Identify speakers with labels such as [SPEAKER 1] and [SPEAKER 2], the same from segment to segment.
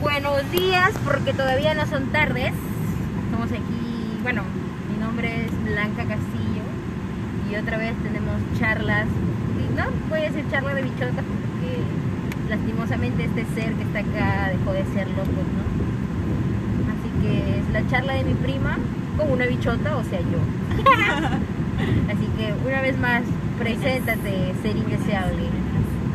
[SPEAKER 1] buenos días, porque todavía no son tardes. Estamos aquí, bueno, mi nombre es Blanca Castillo y otra vez tenemos charlas, y no voy a decir charla de bichotas porque lastimosamente este ser que está acá dejó de ser loco, ¿no? Así que es la charla de mi prima con una bichota, o sea yo. Así que una vez más, preséntate, ser indeseable.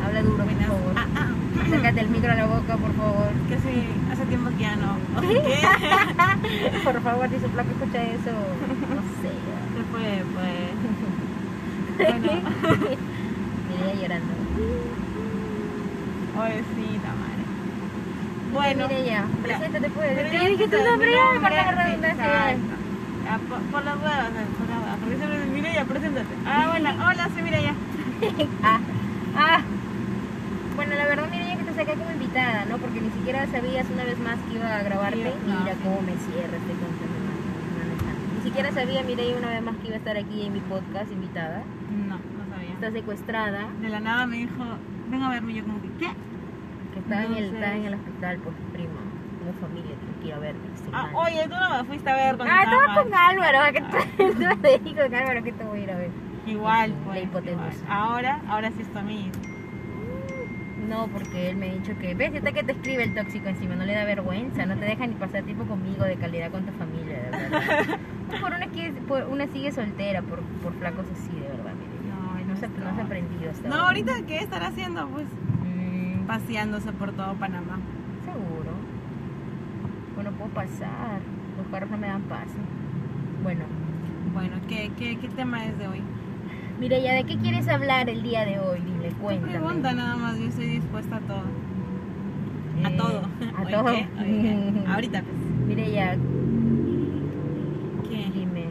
[SPEAKER 1] Habla duro, por
[SPEAKER 2] Buenas.
[SPEAKER 1] favor.
[SPEAKER 2] Ah, ah.
[SPEAKER 1] Sácate el micro a la boca, por favor.
[SPEAKER 2] Que sí, hace tiempo que ya no. ¿Qué?
[SPEAKER 1] Por favor, si su placa escucha eso, no sé.
[SPEAKER 2] Se fue, pues. Bueno,
[SPEAKER 1] Mira llorando.
[SPEAKER 2] hoy sí, Tamara. Bueno,
[SPEAKER 1] Mira ya, preséntate pues.
[SPEAKER 2] pero
[SPEAKER 1] Yo
[SPEAKER 2] ya
[SPEAKER 1] dije tu
[SPEAKER 2] está,
[SPEAKER 1] nombre,
[SPEAKER 2] mi
[SPEAKER 1] ya, por la
[SPEAKER 2] nombre,
[SPEAKER 1] redundancia.
[SPEAKER 2] exacto. Ya, po- Por las huevas, eh, por las huevas. Porque siempre mira ya, preséntate. Ah, bueno, hola, soy Mireya.
[SPEAKER 1] Ah, ah. Bueno, la verdad, mira ya que te saqué como invitada, ¿no? Porque ni siquiera sabías una vez más que iba a grabarte.
[SPEAKER 2] Sí, no,
[SPEAKER 1] Mira
[SPEAKER 2] sí.
[SPEAKER 1] cómo me cierra este contra mi mano, la neta. Ni siquiera sabía, mira ya una vez más que iba a estar aquí en mi podcast invitada.
[SPEAKER 2] No, no sabía.
[SPEAKER 1] Está secuestrada,
[SPEAKER 2] De la nada me dijo, ven a verme. y Yo, como que, ¿qué?
[SPEAKER 1] que está, en, el,
[SPEAKER 2] Entonces-
[SPEAKER 1] está en el hospital, pues, primo. Tengo familia, tengo que ir a verme. estoy
[SPEAKER 2] Ah,
[SPEAKER 1] mal.
[SPEAKER 2] oye, tú no me fuiste a ver con
[SPEAKER 1] Ah, estaba
[SPEAKER 2] Tamara.
[SPEAKER 1] con Álvaro, que tú tú me dijo con Álvaro que te voy a ir a ver.
[SPEAKER 2] Igual,
[SPEAKER 1] La
[SPEAKER 2] pues.
[SPEAKER 1] hipotenusa.
[SPEAKER 2] igual. Ahora, ahora sí está a mí.
[SPEAKER 1] No, porque él me ha dicho que, ves, está que te escribe el tóxico encima, no le da vergüenza, no te deja ni pasar tiempo conmigo de calidad con tu familia, de verdad. Tú por una, que- por una sigue soltera, por, por flacos así, de verdad, mire.
[SPEAKER 2] No,
[SPEAKER 1] No se, no se ha
[SPEAKER 2] estaba.
[SPEAKER 1] aprendido hasta
[SPEAKER 2] No,
[SPEAKER 1] ahora.
[SPEAKER 2] ahorita, ¿qué estará haciendo? Pues
[SPEAKER 1] Mm,
[SPEAKER 2] paseándose por todo Panamá.
[SPEAKER 1] seguro. Bueno, puedo pasar, los carros no me dan paso. Bueno,
[SPEAKER 2] Bueno, ¿qué, qué, qué tema es de hoy?
[SPEAKER 1] mira, ya, ¿de qué quieres hablar el día de hoy? Dile, cuéntame.
[SPEAKER 2] Pregunta nada más, yo estoy dispuesta a todo.
[SPEAKER 1] Eh,
[SPEAKER 2] a todo.
[SPEAKER 1] A
[SPEAKER 2] Oye,
[SPEAKER 1] todo. Mm.
[SPEAKER 2] ¿qué? Oye, ¿qué? Ahorita, pues.
[SPEAKER 1] Mire ya,
[SPEAKER 2] ¿Qué
[SPEAKER 1] dime,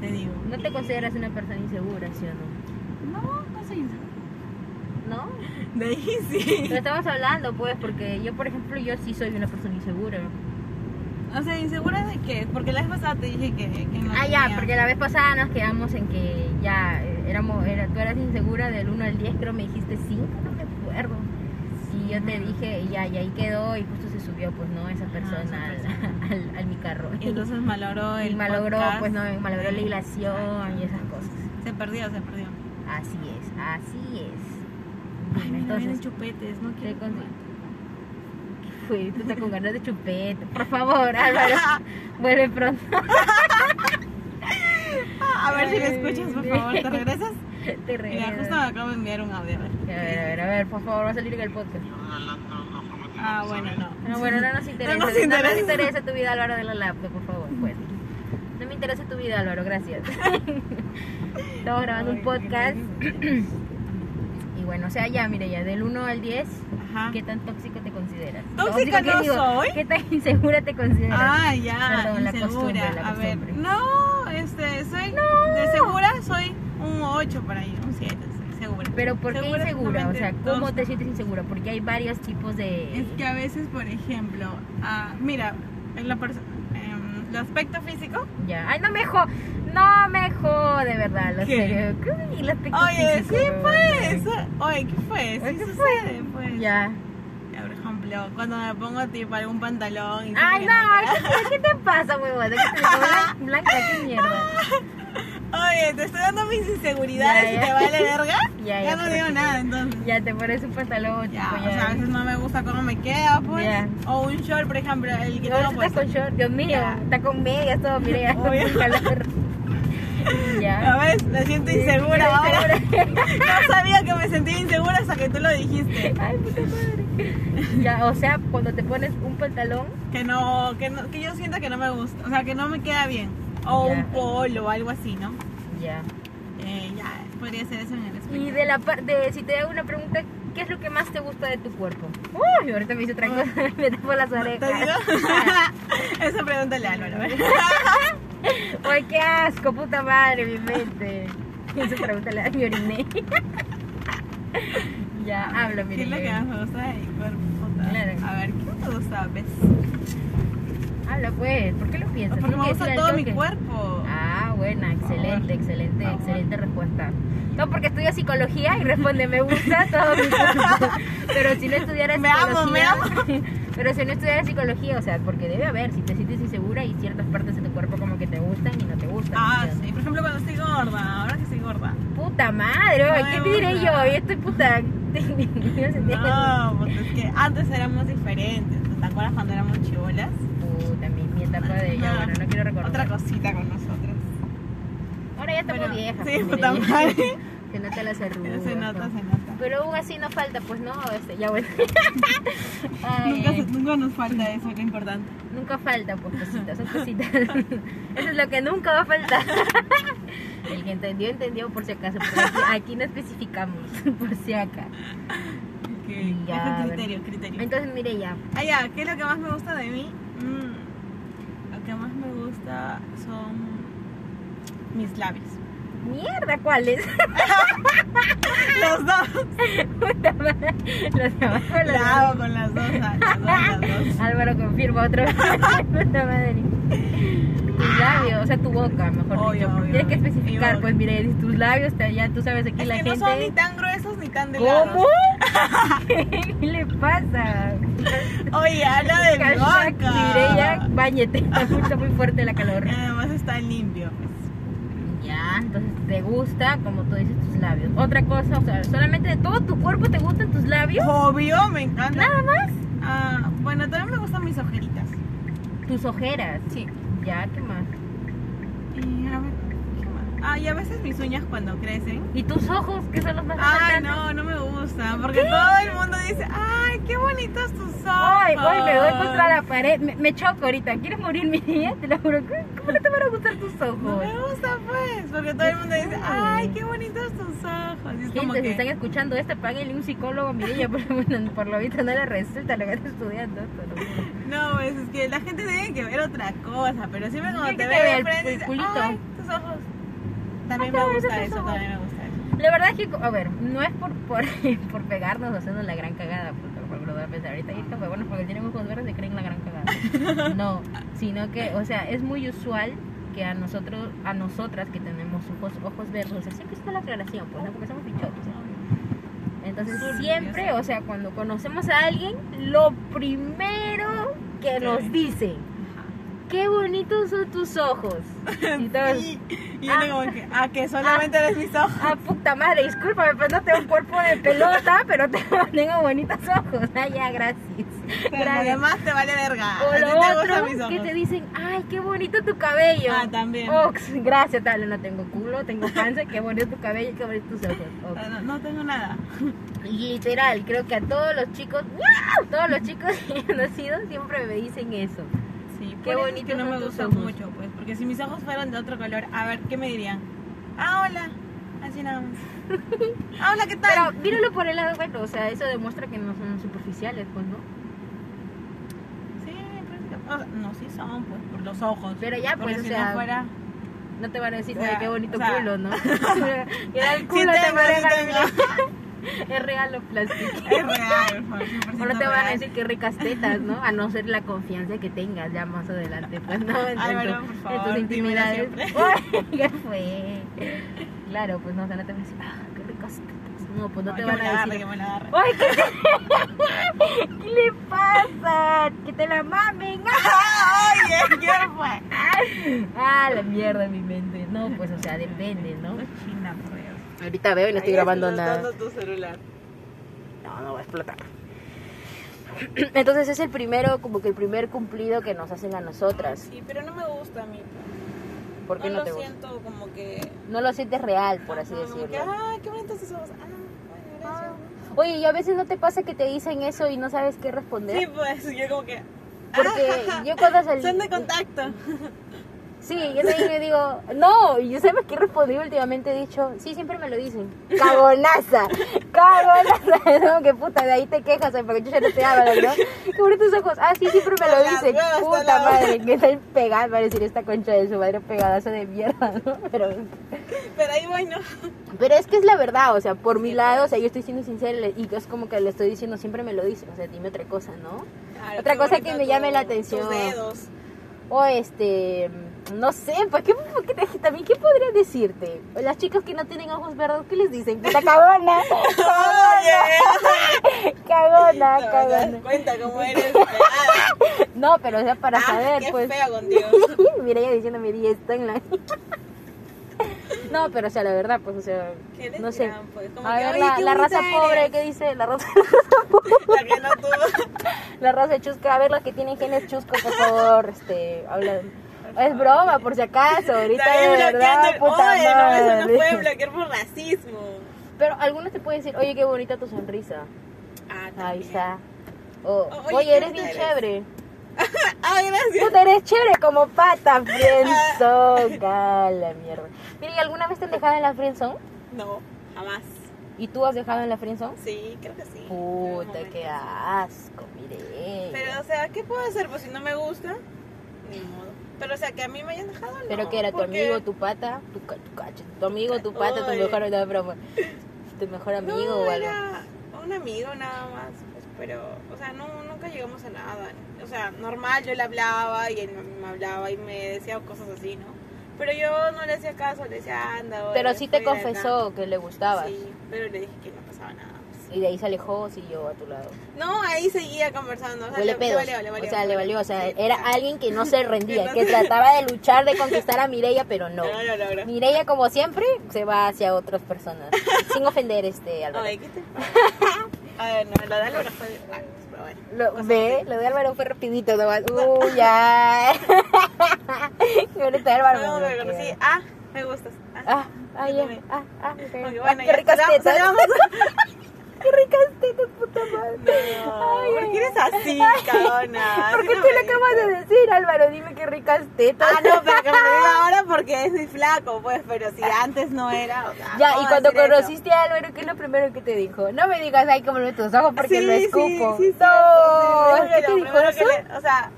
[SPEAKER 2] te digo?
[SPEAKER 1] ¿no te consideras una persona insegura, sí o no?
[SPEAKER 2] No, no soy
[SPEAKER 1] ¿No?
[SPEAKER 2] De ahí sí.
[SPEAKER 1] Pero estamos hablando, pues, porque yo, por ejemplo, yo sí soy una persona insegura.
[SPEAKER 2] O sea, ¿insegura de qué? Porque la vez pasada te dije que, que no
[SPEAKER 1] Ah, ya,
[SPEAKER 2] tenía-
[SPEAKER 1] porque la vez pasada nos quedamos en que ya eh, éramos, era, tú eras insegura del 1 al 10, creo me dijiste 5, no me acuerdo. Y yo te dije, y ya, y ahí quedó, y justo se subió, pues, ¿no? Esa persona,
[SPEAKER 2] Ah, esa
[SPEAKER 1] al-
[SPEAKER 2] persona.
[SPEAKER 1] Al, al mi carro.
[SPEAKER 2] Y entonces malogró el
[SPEAKER 1] y malogró,
[SPEAKER 2] podcast.
[SPEAKER 1] pues, ¿no? Malogró la hilación y esas cosas.
[SPEAKER 2] Se perdió, se perdió.
[SPEAKER 1] Así es, así es.
[SPEAKER 2] Ay,
[SPEAKER 1] Dime,
[SPEAKER 2] mira, vienen
[SPEAKER 1] Entonces,
[SPEAKER 2] chupetes, no quiero
[SPEAKER 1] con-
[SPEAKER 2] comer.
[SPEAKER 1] fui, tú estás con ganas de chupete. Por favor, Álvaro, vuelve pronto.
[SPEAKER 2] Ah, A ver si lo escuchas, por favor, ¿te regresas?
[SPEAKER 1] Te
[SPEAKER 2] Mira,
[SPEAKER 1] regreso.
[SPEAKER 2] justo me acabo de enviar un audio. a ver.
[SPEAKER 1] A ver, a ver, a ver, por favor, va a salir en el podcast.
[SPEAKER 2] Ah, bueno, no.
[SPEAKER 1] No, bueno, no nos interesa.
[SPEAKER 2] No nos interesa.
[SPEAKER 1] no nos interesa tu vida, Álvaro, de la laptop, por favor. Pues. No me interesa tu vida, Álvaro, gracias. Estamos grabando un
[SPEAKER 2] Ay,
[SPEAKER 1] podcast.
[SPEAKER 2] qué
[SPEAKER 1] Y bueno, o sea, ya, mire, ya del 1 al 10,
[SPEAKER 2] Ajá.
[SPEAKER 1] ¿qué tan tóxico te consideras?
[SPEAKER 2] Tóxica
[SPEAKER 1] ¿qué
[SPEAKER 2] no
[SPEAKER 1] digo?
[SPEAKER 2] soy.
[SPEAKER 1] ¿Qué tan insegura te consideras?
[SPEAKER 2] Ah, ya,
[SPEAKER 1] Perdón, la costumbre,
[SPEAKER 2] insegura.
[SPEAKER 1] la
[SPEAKER 2] a ver,
[SPEAKER 1] costumbre.
[SPEAKER 2] no, este, soy de segura, soy un 8 por ahí, un 7, segura.
[SPEAKER 1] Pero ¿por qué
[SPEAKER 2] Seguramente
[SPEAKER 1] insegura? O sea, ¿cómo
[SPEAKER 2] dos.
[SPEAKER 1] te sientes insegura? Porque hay varios tipos de...
[SPEAKER 2] Es que a veces, por ejemplo, ah, mira, en la pers- em, el aspecto físico.
[SPEAKER 1] Ya. Ay, no me jo... No me jo, de verdad, lo
[SPEAKER 2] ¿Qué?
[SPEAKER 1] serio. ¿Qué? Y los textos
[SPEAKER 2] Oye,
[SPEAKER 1] físicos,
[SPEAKER 2] sí,
[SPEAKER 1] huevón.
[SPEAKER 2] pues. Oye, ¿qué fue?
[SPEAKER 1] Oye,
[SPEAKER 2] Sí,
[SPEAKER 1] ¿qué
[SPEAKER 2] sucede, pues.
[SPEAKER 1] Ya.
[SPEAKER 2] Por ejemplo, cuando me pongo tipo algún pantalón. y
[SPEAKER 1] Ay,
[SPEAKER 2] siento que
[SPEAKER 1] no,
[SPEAKER 2] me
[SPEAKER 1] ¿qué,
[SPEAKER 2] queda-
[SPEAKER 1] qué te pasa, huevón? ¿De qué te blan- Blanca, qué mierda.
[SPEAKER 2] Oye, te estoy dando mis inseguridades
[SPEAKER 1] Ya,
[SPEAKER 2] y
[SPEAKER 1] ya.
[SPEAKER 2] te vale verga.
[SPEAKER 1] Ya,
[SPEAKER 2] ya,
[SPEAKER 1] ya,
[SPEAKER 2] no
[SPEAKER 1] pero
[SPEAKER 2] digo
[SPEAKER 1] sí.
[SPEAKER 2] nada entonces.
[SPEAKER 1] Ya, te pones un pantalón,
[SPEAKER 2] Ya,
[SPEAKER 1] tipo,
[SPEAKER 2] Pues, o sea, a
[SPEAKER 1] ya.
[SPEAKER 2] veces no me gusta cómo me queda, pues.
[SPEAKER 1] Ya.
[SPEAKER 2] O un short, por ejemplo, el que
[SPEAKER 1] Y
[SPEAKER 2] tengo
[SPEAKER 1] ahora
[SPEAKER 2] pues.
[SPEAKER 1] estás con short, Dios mío,
[SPEAKER 2] Ya.
[SPEAKER 1] está con medias, todo, mire, ya está
[SPEAKER 2] Obvio.
[SPEAKER 1] con calor.
[SPEAKER 2] ¿La
[SPEAKER 1] Ya.
[SPEAKER 2] ves? Me siento insegura ahora. No sabía que me sentía insegura hasta que tú lo dijiste.
[SPEAKER 1] Ay, puta madre. Ya, o sea, cuando te pones un pantalón,
[SPEAKER 2] Que no, que no, que yo siento que no me gusta, o sea, que no me queda bien. O
[SPEAKER 1] Ya.
[SPEAKER 2] un polo o algo así, ¿no?
[SPEAKER 1] ya.
[SPEAKER 2] Eh, ya, podría ser eso en el espejo.
[SPEAKER 1] Y de la parte, si te hago una pregunta, ¿qué es lo que más te gusta de tu cuerpo? Uy, ahorita me hice otra cosa, me tapo las
[SPEAKER 2] ¿Te
[SPEAKER 1] orejas.
[SPEAKER 2] digo? eso pregúntale a Álvaro. a ver.
[SPEAKER 1] Ay, qué asco, puta madre, mi mente. Eso pregúntale a mi oriné. ya, hablo,
[SPEAKER 2] ¿Qué
[SPEAKER 1] mire.
[SPEAKER 2] es lo que más me gusta de mi cuerpo? puta?
[SPEAKER 1] Claro.
[SPEAKER 2] A ver, ¿qué te gusta? ¿Ves?
[SPEAKER 1] Habla pues, ¿por qué lo piensas?
[SPEAKER 2] Porque
[SPEAKER 1] Tienes
[SPEAKER 2] me
[SPEAKER 1] que
[SPEAKER 2] gusta
[SPEAKER 1] decir al
[SPEAKER 2] todo mi
[SPEAKER 1] toque.
[SPEAKER 2] cuerpo.
[SPEAKER 1] Ah, buena, excelente,
[SPEAKER 2] favor,
[SPEAKER 1] excelente,
[SPEAKER 2] por favor.
[SPEAKER 1] excelente respuesta. No porque estudio psicología y responde me gusta todo mi cuerpo. Pero si no estudiara
[SPEAKER 2] Me
[SPEAKER 1] psicología.
[SPEAKER 2] amo, me
[SPEAKER 1] Pero si no estudiara psicología, o sea, porque debe haber, si te sientes insegura y ciertas partes de tu cuerpo como que te gustan y no te gustan.
[SPEAKER 2] Ah,
[SPEAKER 1] o sea,
[SPEAKER 2] sí. Por ejemplo, cuando estoy gorda, ahora que estoy gorda.
[SPEAKER 1] Puta madre,
[SPEAKER 2] No
[SPEAKER 1] ¿qué
[SPEAKER 2] me
[SPEAKER 1] te diré yo?
[SPEAKER 2] gusta.
[SPEAKER 1] Yo estoy puta. Yo sentía que-
[SPEAKER 2] No, pues es que antes éramos diferentes. ¿Te acuerdas cuando éramos chivolas?
[SPEAKER 1] Puta, mi, mi etapa de ella,
[SPEAKER 2] No.
[SPEAKER 1] bueno, no quiero recordar.
[SPEAKER 2] Otra cosita con nosotros.
[SPEAKER 1] Ahora ya estamos
[SPEAKER 2] Bueno,
[SPEAKER 1] viejas.
[SPEAKER 2] Sí,
[SPEAKER 1] pues,
[SPEAKER 2] puta
[SPEAKER 1] mire,
[SPEAKER 2] madre.
[SPEAKER 1] Se nota las arrugas.
[SPEAKER 2] Se nota,
[SPEAKER 1] ¿no?
[SPEAKER 2] se nota.
[SPEAKER 1] Pero aún así no falta, pues no, este, ya bueno. Ay,
[SPEAKER 2] Nunca, se- nunca nos falta eso, lo importante.
[SPEAKER 1] nunca falta, pues cositas, son cositas. Eso es lo que nunca va a faltar. El que entendió, entendió por si acaso. porque aquí, aquí no especificamos, por si acaso.
[SPEAKER 2] Ok,
[SPEAKER 1] Ya,
[SPEAKER 2] es
[SPEAKER 1] a
[SPEAKER 2] un
[SPEAKER 1] ver.
[SPEAKER 2] criterio, criterio.
[SPEAKER 1] Entonces, mire ya.
[SPEAKER 2] Ah, ya, ¿qué es lo que más me gusta de mí? Mm, lo que más me gusta son mis labios.
[SPEAKER 1] Mierda, ¿cuál es?
[SPEAKER 2] Los dos.
[SPEAKER 1] Puta madre. Los de abajo, los de
[SPEAKER 2] La hago con las dos, ah, las dos, las dos.
[SPEAKER 1] Álvaro confirma otra vez. Puta madre. Tus labios, o sea, tu boca, mejor
[SPEAKER 2] Obvio,
[SPEAKER 1] dicho. Tienes
[SPEAKER 2] obvio,
[SPEAKER 1] que
[SPEAKER 2] obvio. Mi
[SPEAKER 1] especificar,
[SPEAKER 2] boca.
[SPEAKER 1] pues mire, tus labios, te- ya tú sabes aquí
[SPEAKER 2] Es
[SPEAKER 1] la
[SPEAKER 2] que
[SPEAKER 1] gente.
[SPEAKER 2] no son ni tan gruesos ni tan delgados.
[SPEAKER 1] ¿Cómo? ¿Qué le pasa?
[SPEAKER 2] Oye, habla ah. de mi
[SPEAKER 1] Hashtag Mireia,
[SPEAKER 2] boca.
[SPEAKER 1] bañete. Está muy fuerte la calor.
[SPEAKER 2] Y además está limpio. pues.
[SPEAKER 1] Ya, entonces te gusta, como tú dices, tus labios. Otra cosa, o sea, solamente de todo tu cuerpo te gustan tus labios.
[SPEAKER 2] Obvio, me encanta.
[SPEAKER 1] Nada más.
[SPEAKER 2] Ah, bueno, también me gustan mis ojeritas.
[SPEAKER 1] Tus ojeras.
[SPEAKER 2] Sí.
[SPEAKER 1] Ya, ¿qué más?
[SPEAKER 2] Y a ver, ¿qué más? Ah, y a veces mis uñas cuando crecen.
[SPEAKER 1] ¿Y tus ojos, que son los más
[SPEAKER 2] Ay,
[SPEAKER 1] importantes?
[SPEAKER 2] no, no me gusta. Porque todo el mundo dice, ay, qué bonitos tus ojos.
[SPEAKER 1] Hoy, hoy me doy contra la pared, me, me choco ahorita, ¿quieres morir mi niña? Te lo juro, ¿cómo cómo no te van a gustar tus
[SPEAKER 2] No
[SPEAKER 1] ojos?
[SPEAKER 2] me gusta, pues. Porque todo el mundo dice, ay, qué bonitos tus ojos. Y es como
[SPEAKER 1] Gente, pues, si están
[SPEAKER 2] que.
[SPEAKER 1] escuchando esto, páguenle un psicólogo a Mirella, por, lo- por lo visto no le resulta lo que está estudiando. pero bueno.
[SPEAKER 2] No, pues es que la gente tiene que ver otra cosa. Pero siempre cuando
[SPEAKER 1] Tiene
[SPEAKER 2] te
[SPEAKER 1] que
[SPEAKER 2] ve
[SPEAKER 1] ver
[SPEAKER 2] de frente,
[SPEAKER 1] el
[SPEAKER 2] dice,
[SPEAKER 1] culito.
[SPEAKER 2] ay, tus ojos.
[SPEAKER 1] Ay,
[SPEAKER 2] También
[SPEAKER 1] qué
[SPEAKER 2] me
[SPEAKER 1] bonitos
[SPEAKER 2] gusta
[SPEAKER 1] tus
[SPEAKER 2] eso,
[SPEAKER 1] ojos.
[SPEAKER 2] también me gusta eso.
[SPEAKER 1] La verdad es que, a ver, no es por, por, por pegarnos o hacernos la gran cagada, porque por lo voy a pensar ahorita, y estos huevones porque tienen ojos verdes se creen la gran cagada. No, sino que, o sea, es muy usual que a nosotros, a nosotras que tenemos ojos, ojos verdes, o sea, siempre está la aclaración, pues no, porque somos pichotes. Entonces
[SPEAKER 2] Súper
[SPEAKER 1] siempre,
[SPEAKER 2] curioso.
[SPEAKER 1] o sea, cuando conocemos a alguien, lo primero que
[SPEAKER 2] Sí.
[SPEAKER 1] nos dice, qué bonitos son tus ojos. Y todos,
[SPEAKER 2] Y, y uno
[SPEAKER 1] Ah.
[SPEAKER 2] como que, ah, que solamente ves mis ojos.
[SPEAKER 1] ah, puta madre, discúlpame, pues no tengo un cuerpo de pelota, pero tengo, tengo bonitos ojos. Ah, ya, gracias.
[SPEAKER 2] Pero
[SPEAKER 1] gracias.
[SPEAKER 2] además te vale verga.
[SPEAKER 1] O
[SPEAKER 2] A ti
[SPEAKER 1] lo
[SPEAKER 2] te gustan mis
[SPEAKER 1] otro, que
[SPEAKER 2] ojos.
[SPEAKER 1] te dicen, ay, qué bonito tu cabello.
[SPEAKER 2] Ah, también.
[SPEAKER 1] Ox, gracias, tal, no tengo culo, tengo cáncer, qué bonito tu cabello, qué bonitos tus ojos. Ox.
[SPEAKER 2] Ah, No, no tengo nada.
[SPEAKER 1] Y Literal, creo que a todos los chicos, ¡miau! todos los chicos que he conocido siempre me dicen eso.
[SPEAKER 2] Sí,
[SPEAKER 1] Qué
[SPEAKER 2] por eso es
[SPEAKER 1] bonitos
[SPEAKER 2] que no
[SPEAKER 1] son
[SPEAKER 2] me
[SPEAKER 1] tus
[SPEAKER 2] gusta
[SPEAKER 1] ojos.
[SPEAKER 2] mucho, pues. Porque si mis ojos fueran de otro color, a ver, ¿qué me dirían? Ah, hola. Así nada más. Ah, hola, ¿qué
[SPEAKER 1] Pero
[SPEAKER 2] tal?
[SPEAKER 1] míralo por el lado bueno, o sea, eso demuestra que no son superficiales, pues, ¿no?
[SPEAKER 2] Sí, pues, o sea, no, sí son, pues, por los ojos.
[SPEAKER 1] Pero ya,
[SPEAKER 2] Porque
[SPEAKER 1] pues, o
[SPEAKER 2] si
[SPEAKER 1] sea,
[SPEAKER 2] no fuera...
[SPEAKER 1] No te van a decir,
[SPEAKER 2] O sea,
[SPEAKER 1] oye, qué bonito
[SPEAKER 2] o sea,
[SPEAKER 1] culo, ¿no? y era el
[SPEAKER 2] Sí
[SPEAKER 1] culo te
[SPEAKER 2] tengo,
[SPEAKER 1] van a
[SPEAKER 2] sí
[SPEAKER 1] dejar-
[SPEAKER 2] tengo.
[SPEAKER 1] es real o plástico.
[SPEAKER 2] Es real, por 100%
[SPEAKER 1] O no te van a
[SPEAKER 2] real.
[SPEAKER 1] decir qué ricas tetas, ¿no? A no ser la confianza que tengas ya más adelante, pues, ¿no? En, en
[SPEAKER 2] Álvaro,
[SPEAKER 1] tu-
[SPEAKER 2] por
[SPEAKER 1] en
[SPEAKER 2] favor,
[SPEAKER 1] tus
[SPEAKER 2] dímelo
[SPEAKER 1] intimidades.
[SPEAKER 2] siempre.
[SPEAKER 1] Uy, ¿Qué fue? Claro, pues, no, o sea, no te van a decir, ah, qué ricas tetas. No, pues, no
[SPEAKER 2] Ay,
[SPEAKER 1] te
[SPEAKER 2] que
[SPEAKER 1] van
[SPEAKER 2] me la
[SPEAKER 1] a
[SPEAKER 2] agarre,
[SPEAKER 1] decir,
[SPEAKER 2] que me la agarre.
[SPEAKER 1] ¡Ay, qué, ¿Qué le pasa! ¡Que te la mamen!
[SPEAKER 2] Oye, ¿qué fue?
[SPEAKER 1] ¡Ah, la mierda en mi mente! No, pues, o sea, depende, ¿no?
[SPEAKER 2] China, por Dios.
[SPEAKER 1] Ahorita veo y no estoy
[SPEAKER 2] Ahí
[SPEAKER 1] grabando
[SPEAKER 2] explotando
[SPEAKER 1] nada.
[SPEAKER 2] tu celular.
[SPEAKER 1] No, no va a explotar. Entonces es el primero, como que el primer cumplido que nos hacen a nosotras.
[SPEAKER 2] Sí, pero no me gusta a mí.
[SPEAKER 1] ¿Por qué no,
[SPEAKER 2] lo
[SPEAKER 1] te gusta?
[SPEAKER 2] siento como que...
[SPEAKER 1] No lo sientes real, por así
[SPEAKER 2] Ajá, como que,
[SPEAKER 1] decirlo.
[SPEAKER 2] ah, qué bonitos tus ojos. Ah, bueno, gracias.
[SPEAKER 1] Oye, y a veces no te pasa que te dicen eso y no sabes qué
[SPEAKER 2] Sí,
[SPEAKER 1] responder.
[SPEAKER 2] pues, yo como que...
[SPEAKER 1] Porque yo cuando salí.
[SPEAKER 2] Son de contacto.
[SPEAKER 1] Sí, yo también me digo, no, y yo sabes que he respondido últimamente, he dicho, sí, siempre me lo dicen, cagonaza, cagonaza, no, que puta, de ahí te quejas, ay, porque yo ya no te hablo, ¿no? Qué bonitos tus ojos, ah, sí, siempre me lo
[SPEAKER 2] Las
[SPEAKER 1] dicen,
[SPEAKER 2] huevas,
[SPEAKER 1] puta
[SPEAKER 2] las
[SPEAKER 1] madre, que está pegada, va a decir esta concha de su madre pegadazo de mierda, ¿no? Pero,
[SPEAKER 2] Pero ahí voy, ¿no?
[SPEAKER 1] pero es que es la verdad, o sea, por mi lado, o sea, yo estoy siendo sincera le- y es como que le estoy diciendo, siempre me lo dicen, o sea, dime otra cosa, ¿no?
[SPEAKER 2] Claro,
[SPEAKER 1] Otra
[SPEAKER 2] qué
[SPEAKER 1] cosa
[SPEAKER 2] bonito
[SPEAKER 1] que me llame la
[SPEAKER 2] tu-
[SPEAKER 1] atención.
[SPEAKER 2] Tus dedos.
[SPEAKER 1] O este, No sé, pues, ¿qué, qué te- también, ¿qué podría decirte? Las chicas que no tienen ojos verdes, ¿qué les dicen? Puta cagona, cagona,
[SPEAKER 2] Te
[SPEAKER 1] cagona.
[SPEAKER 2] das cuenta cómo eres. Ah,
[SPEAKER 1] No, pero o sea, para
[SPEAKER 2] ah,
[SPEAKER 1] saber,
[SPEAKER 2] qué
[SPEAKER 1] pues.
[SPEAKER 2] feo contigo.
[SPEAKER 1] Mira ella diciendo mi día está en la. no, pero o sea, la verdad, pues, o sea.
[SPEAKER 2] ¿Qué les
[SPEAKER 1] No sé.
[SPEAKER 2] dirán, pues? Como
[SPEAKER 1] A
[SPEAKER 2] que,
[SPEAKER 1] ver,
[SPEAKER 2] "Oye,
[SPEAKER 1] la,
[SPEAKER 2] qué
[SPEAKER 1] la raza
[SPEAKER 2] bonita eres".
[SPEAKER 1] pobre, ¿qué dice? La raza,
[SPEAKER 2] La que no tuvo.
[SPEAKER 1] la raza chusca. A ver, los que tienen genes chuscos, por favor, este, habla. Es broma, por si acaso, ahorita
[SPEAKER 2] Está ahí
[SPEAKER 1] de
[SPEAKER 2] bloqueando
[SPEAKER 1] verdad,
[SPEAKER 2] el-
[SPEAKER 1] puta
[SPEAKER 2] Oye, no, eso no
[SPEAKER 1] madre.
[SPEAKER 2] puede bloquear por racismo.
[SPEAKER 1] Pero algunos te pueden decir, oye, qué bonita tu sonrisa.
[SPEAKER 2] Ah,
[SPEAKER 1] Ahí
[SPEAKER 2] también.
[SPEAKER 1] está. O,
[SPEAKER 2] O-
[SPEAKER 1] oye,
[SPEAKER 2] oye,
[SPEAKER 1] eres
[SPEAKER 2] ¿qué
[SPEAKER 1] bien
[SPEAKER 2] eres?
[SPEAKER 1] chévere.
[SPEAKER 2] Ah, gracias.
[SPEAKER 1] Puta, eres chévere como pata, friendzone. A la mierda. Mira, ¿y alguna vez te han dejado en la friendzone?
[SPEAKER 2] No, jamás.
[SPEAKER 1] ¿Y tú has dejado en la friendzone?
[SPEAKER 2] Sí, creo que sí.
[SPEAKER 1] Puta,
[SPEAKER 2] No,
[SPEAKER 1] qué
[SPEAKER 2] no.
[SPEAKER 1] asco, mire.
[SPEAKER 2] Pero, o sea, ¿qué puedo hacer? Pues si no me gusta, ni modo. Pero, o sea, que a mí me hayan dejado, no.
[SPEAKER 1] Pero que era tu
[SPEAKER 2] porque-
[SPEAKER 1] amigo, tu pata, tu, ca- tu cacho, tu amigo, tu pata, tu
[SPEAKER 2] Ay.
[SPEAKER 1] mejor, no, broma. tu mejor amigo
[SPEAKER 2] no,
[SPEAKER 1] o algo.
[SPEAKER 2] era un amigo nada más. pues, pero, o sea, no, nunca llegamos a nada. O sea, normal, yo le hablaba y él me- me hablaba y me decía cosas así, ¿no? Pero yo no le hacía caso, le decía, anda, ahora,
[SPEAKER 1] Pero sí te
[SPEAKER 2] fuera,
[SPEAKER 1] confesó que le
[SPEAKER 2] anda".
[SPEAKER 1] gustabas.
[SPEAKER 2] Sí, pero le dije que no pasaba nada.
[SPEAKER 1] Y de ahí se alejó, siguió a tu lado.
[SPEAKER 2] No, ahí seguía conversando. O sea,
[SPEAKER 1] Huele
[SPEAKER 2] le,
[SPEAKER 1] pedos.
[SPEAKER 2] le valió, le valió,
[SPEAKER 1] o sea, le valió. O sea,
[SPEAKER 2] Sí,
[SPEAKER 1] era
[SPEAKER 2] ya.
[SPEAKER 1] alguien que no se rendía, que
[SPEAKER 2] Entonces-
[SPEAKER 1] trataba de luchar, de conquistar a Mireia, pero no.
[SPEAKER 2] No lo logró.
[SPEAKER 1] Mireia, como siempre, se va hacia otras personas. sin ofender, este, Álvaro.
[SPEAKER 2] Ay, ¿qué te pasa? A ver, no, la de Álvaro fue de antes, pero bueno.
[SPEAKER 1] Lo,
[SPEAKER 2] Cosas
[SPEAKER 1] ve,
[SPEAKER 2] así.
[SPEAKER 1] lo de Álvaro fue rapidito, nomás. Uy, ya. Ahorita Álvaro. me
[SPEAKER 2] No, me
[SPEAKER 1] bloquea.
[SPEAKER 2] conocí. Ah, me gustas. Ah,
[SPEAKER 1] Ah, ah,
[SPEAKER 2] Yo
[SPEAKER 1] ya.
[SPEAKER 2] también.
[SPEAKER 1] Ah, ah, ok.
[SPEAKER 2] Porque
[SPEAKER 1] Ah,
[SPEAKER 2] bueno,
[SPEAKER 1] qué
[SPEAKER 2] ya,
[SPEAKER 1] ricas
[SPEAKER 2] salgamos,
[SPEAKER 1] tetas.
[SPEAKER 2] salgamos.
[SPEAKER 1] qué ricas tetas, puta madre.
[SPEAKER 2] No,
[SPEAKER 1] Ay,
[SPEAKER 2] ¿Por qué eres así,
[SPEAKER 1] Ay,
[SPEAKER 2] cabrona?
[SPEAKER 1] ¿Por qué
[SPEAKER 2] Sí,
[SPEAKER 1] tú
[SPEAKER 2] no
[SPEAKER 1] lo
[SPEAKER 2] me
[SPEAKER 1] acabas de
[SPEAKER 2] digas.
[SPEAKER 1] decir, Álvaro? Dime qué ricas tetas.
[SPEAKER 2] Ah, no, pero que me lo diga ahora porque soy flaco, pues, pero si antes no era. o sea,
[SPEAKER 1] Ya,
[SPEAKER 2] ¿cómo
[SPEAKER 1] y cuando
[SPEAKER 2] decir eso?
[SPEAKER 1] conociste a Álvaro, ¿qué es lo primero que te dijo? No me digas, ay, como lo tus ojos porque
[SPEAKER 2] Sí,
[SPEAKER 1] lo
[SPEAKER 2] sí,
[SPEAKER 1] escupo.
[SPEAKER 2] sí, sí,
[SPEAKER 1] no,
[SPEAKER 2] sí,
[SPEAKER 1] ¿qué
[SPEAKER 2] sí, lo
[SPEAKER 1] te dijo
[SPEAKER 2] primero que
[SPEAKER 1] eso?
[SPEAKER 2] le- o sea,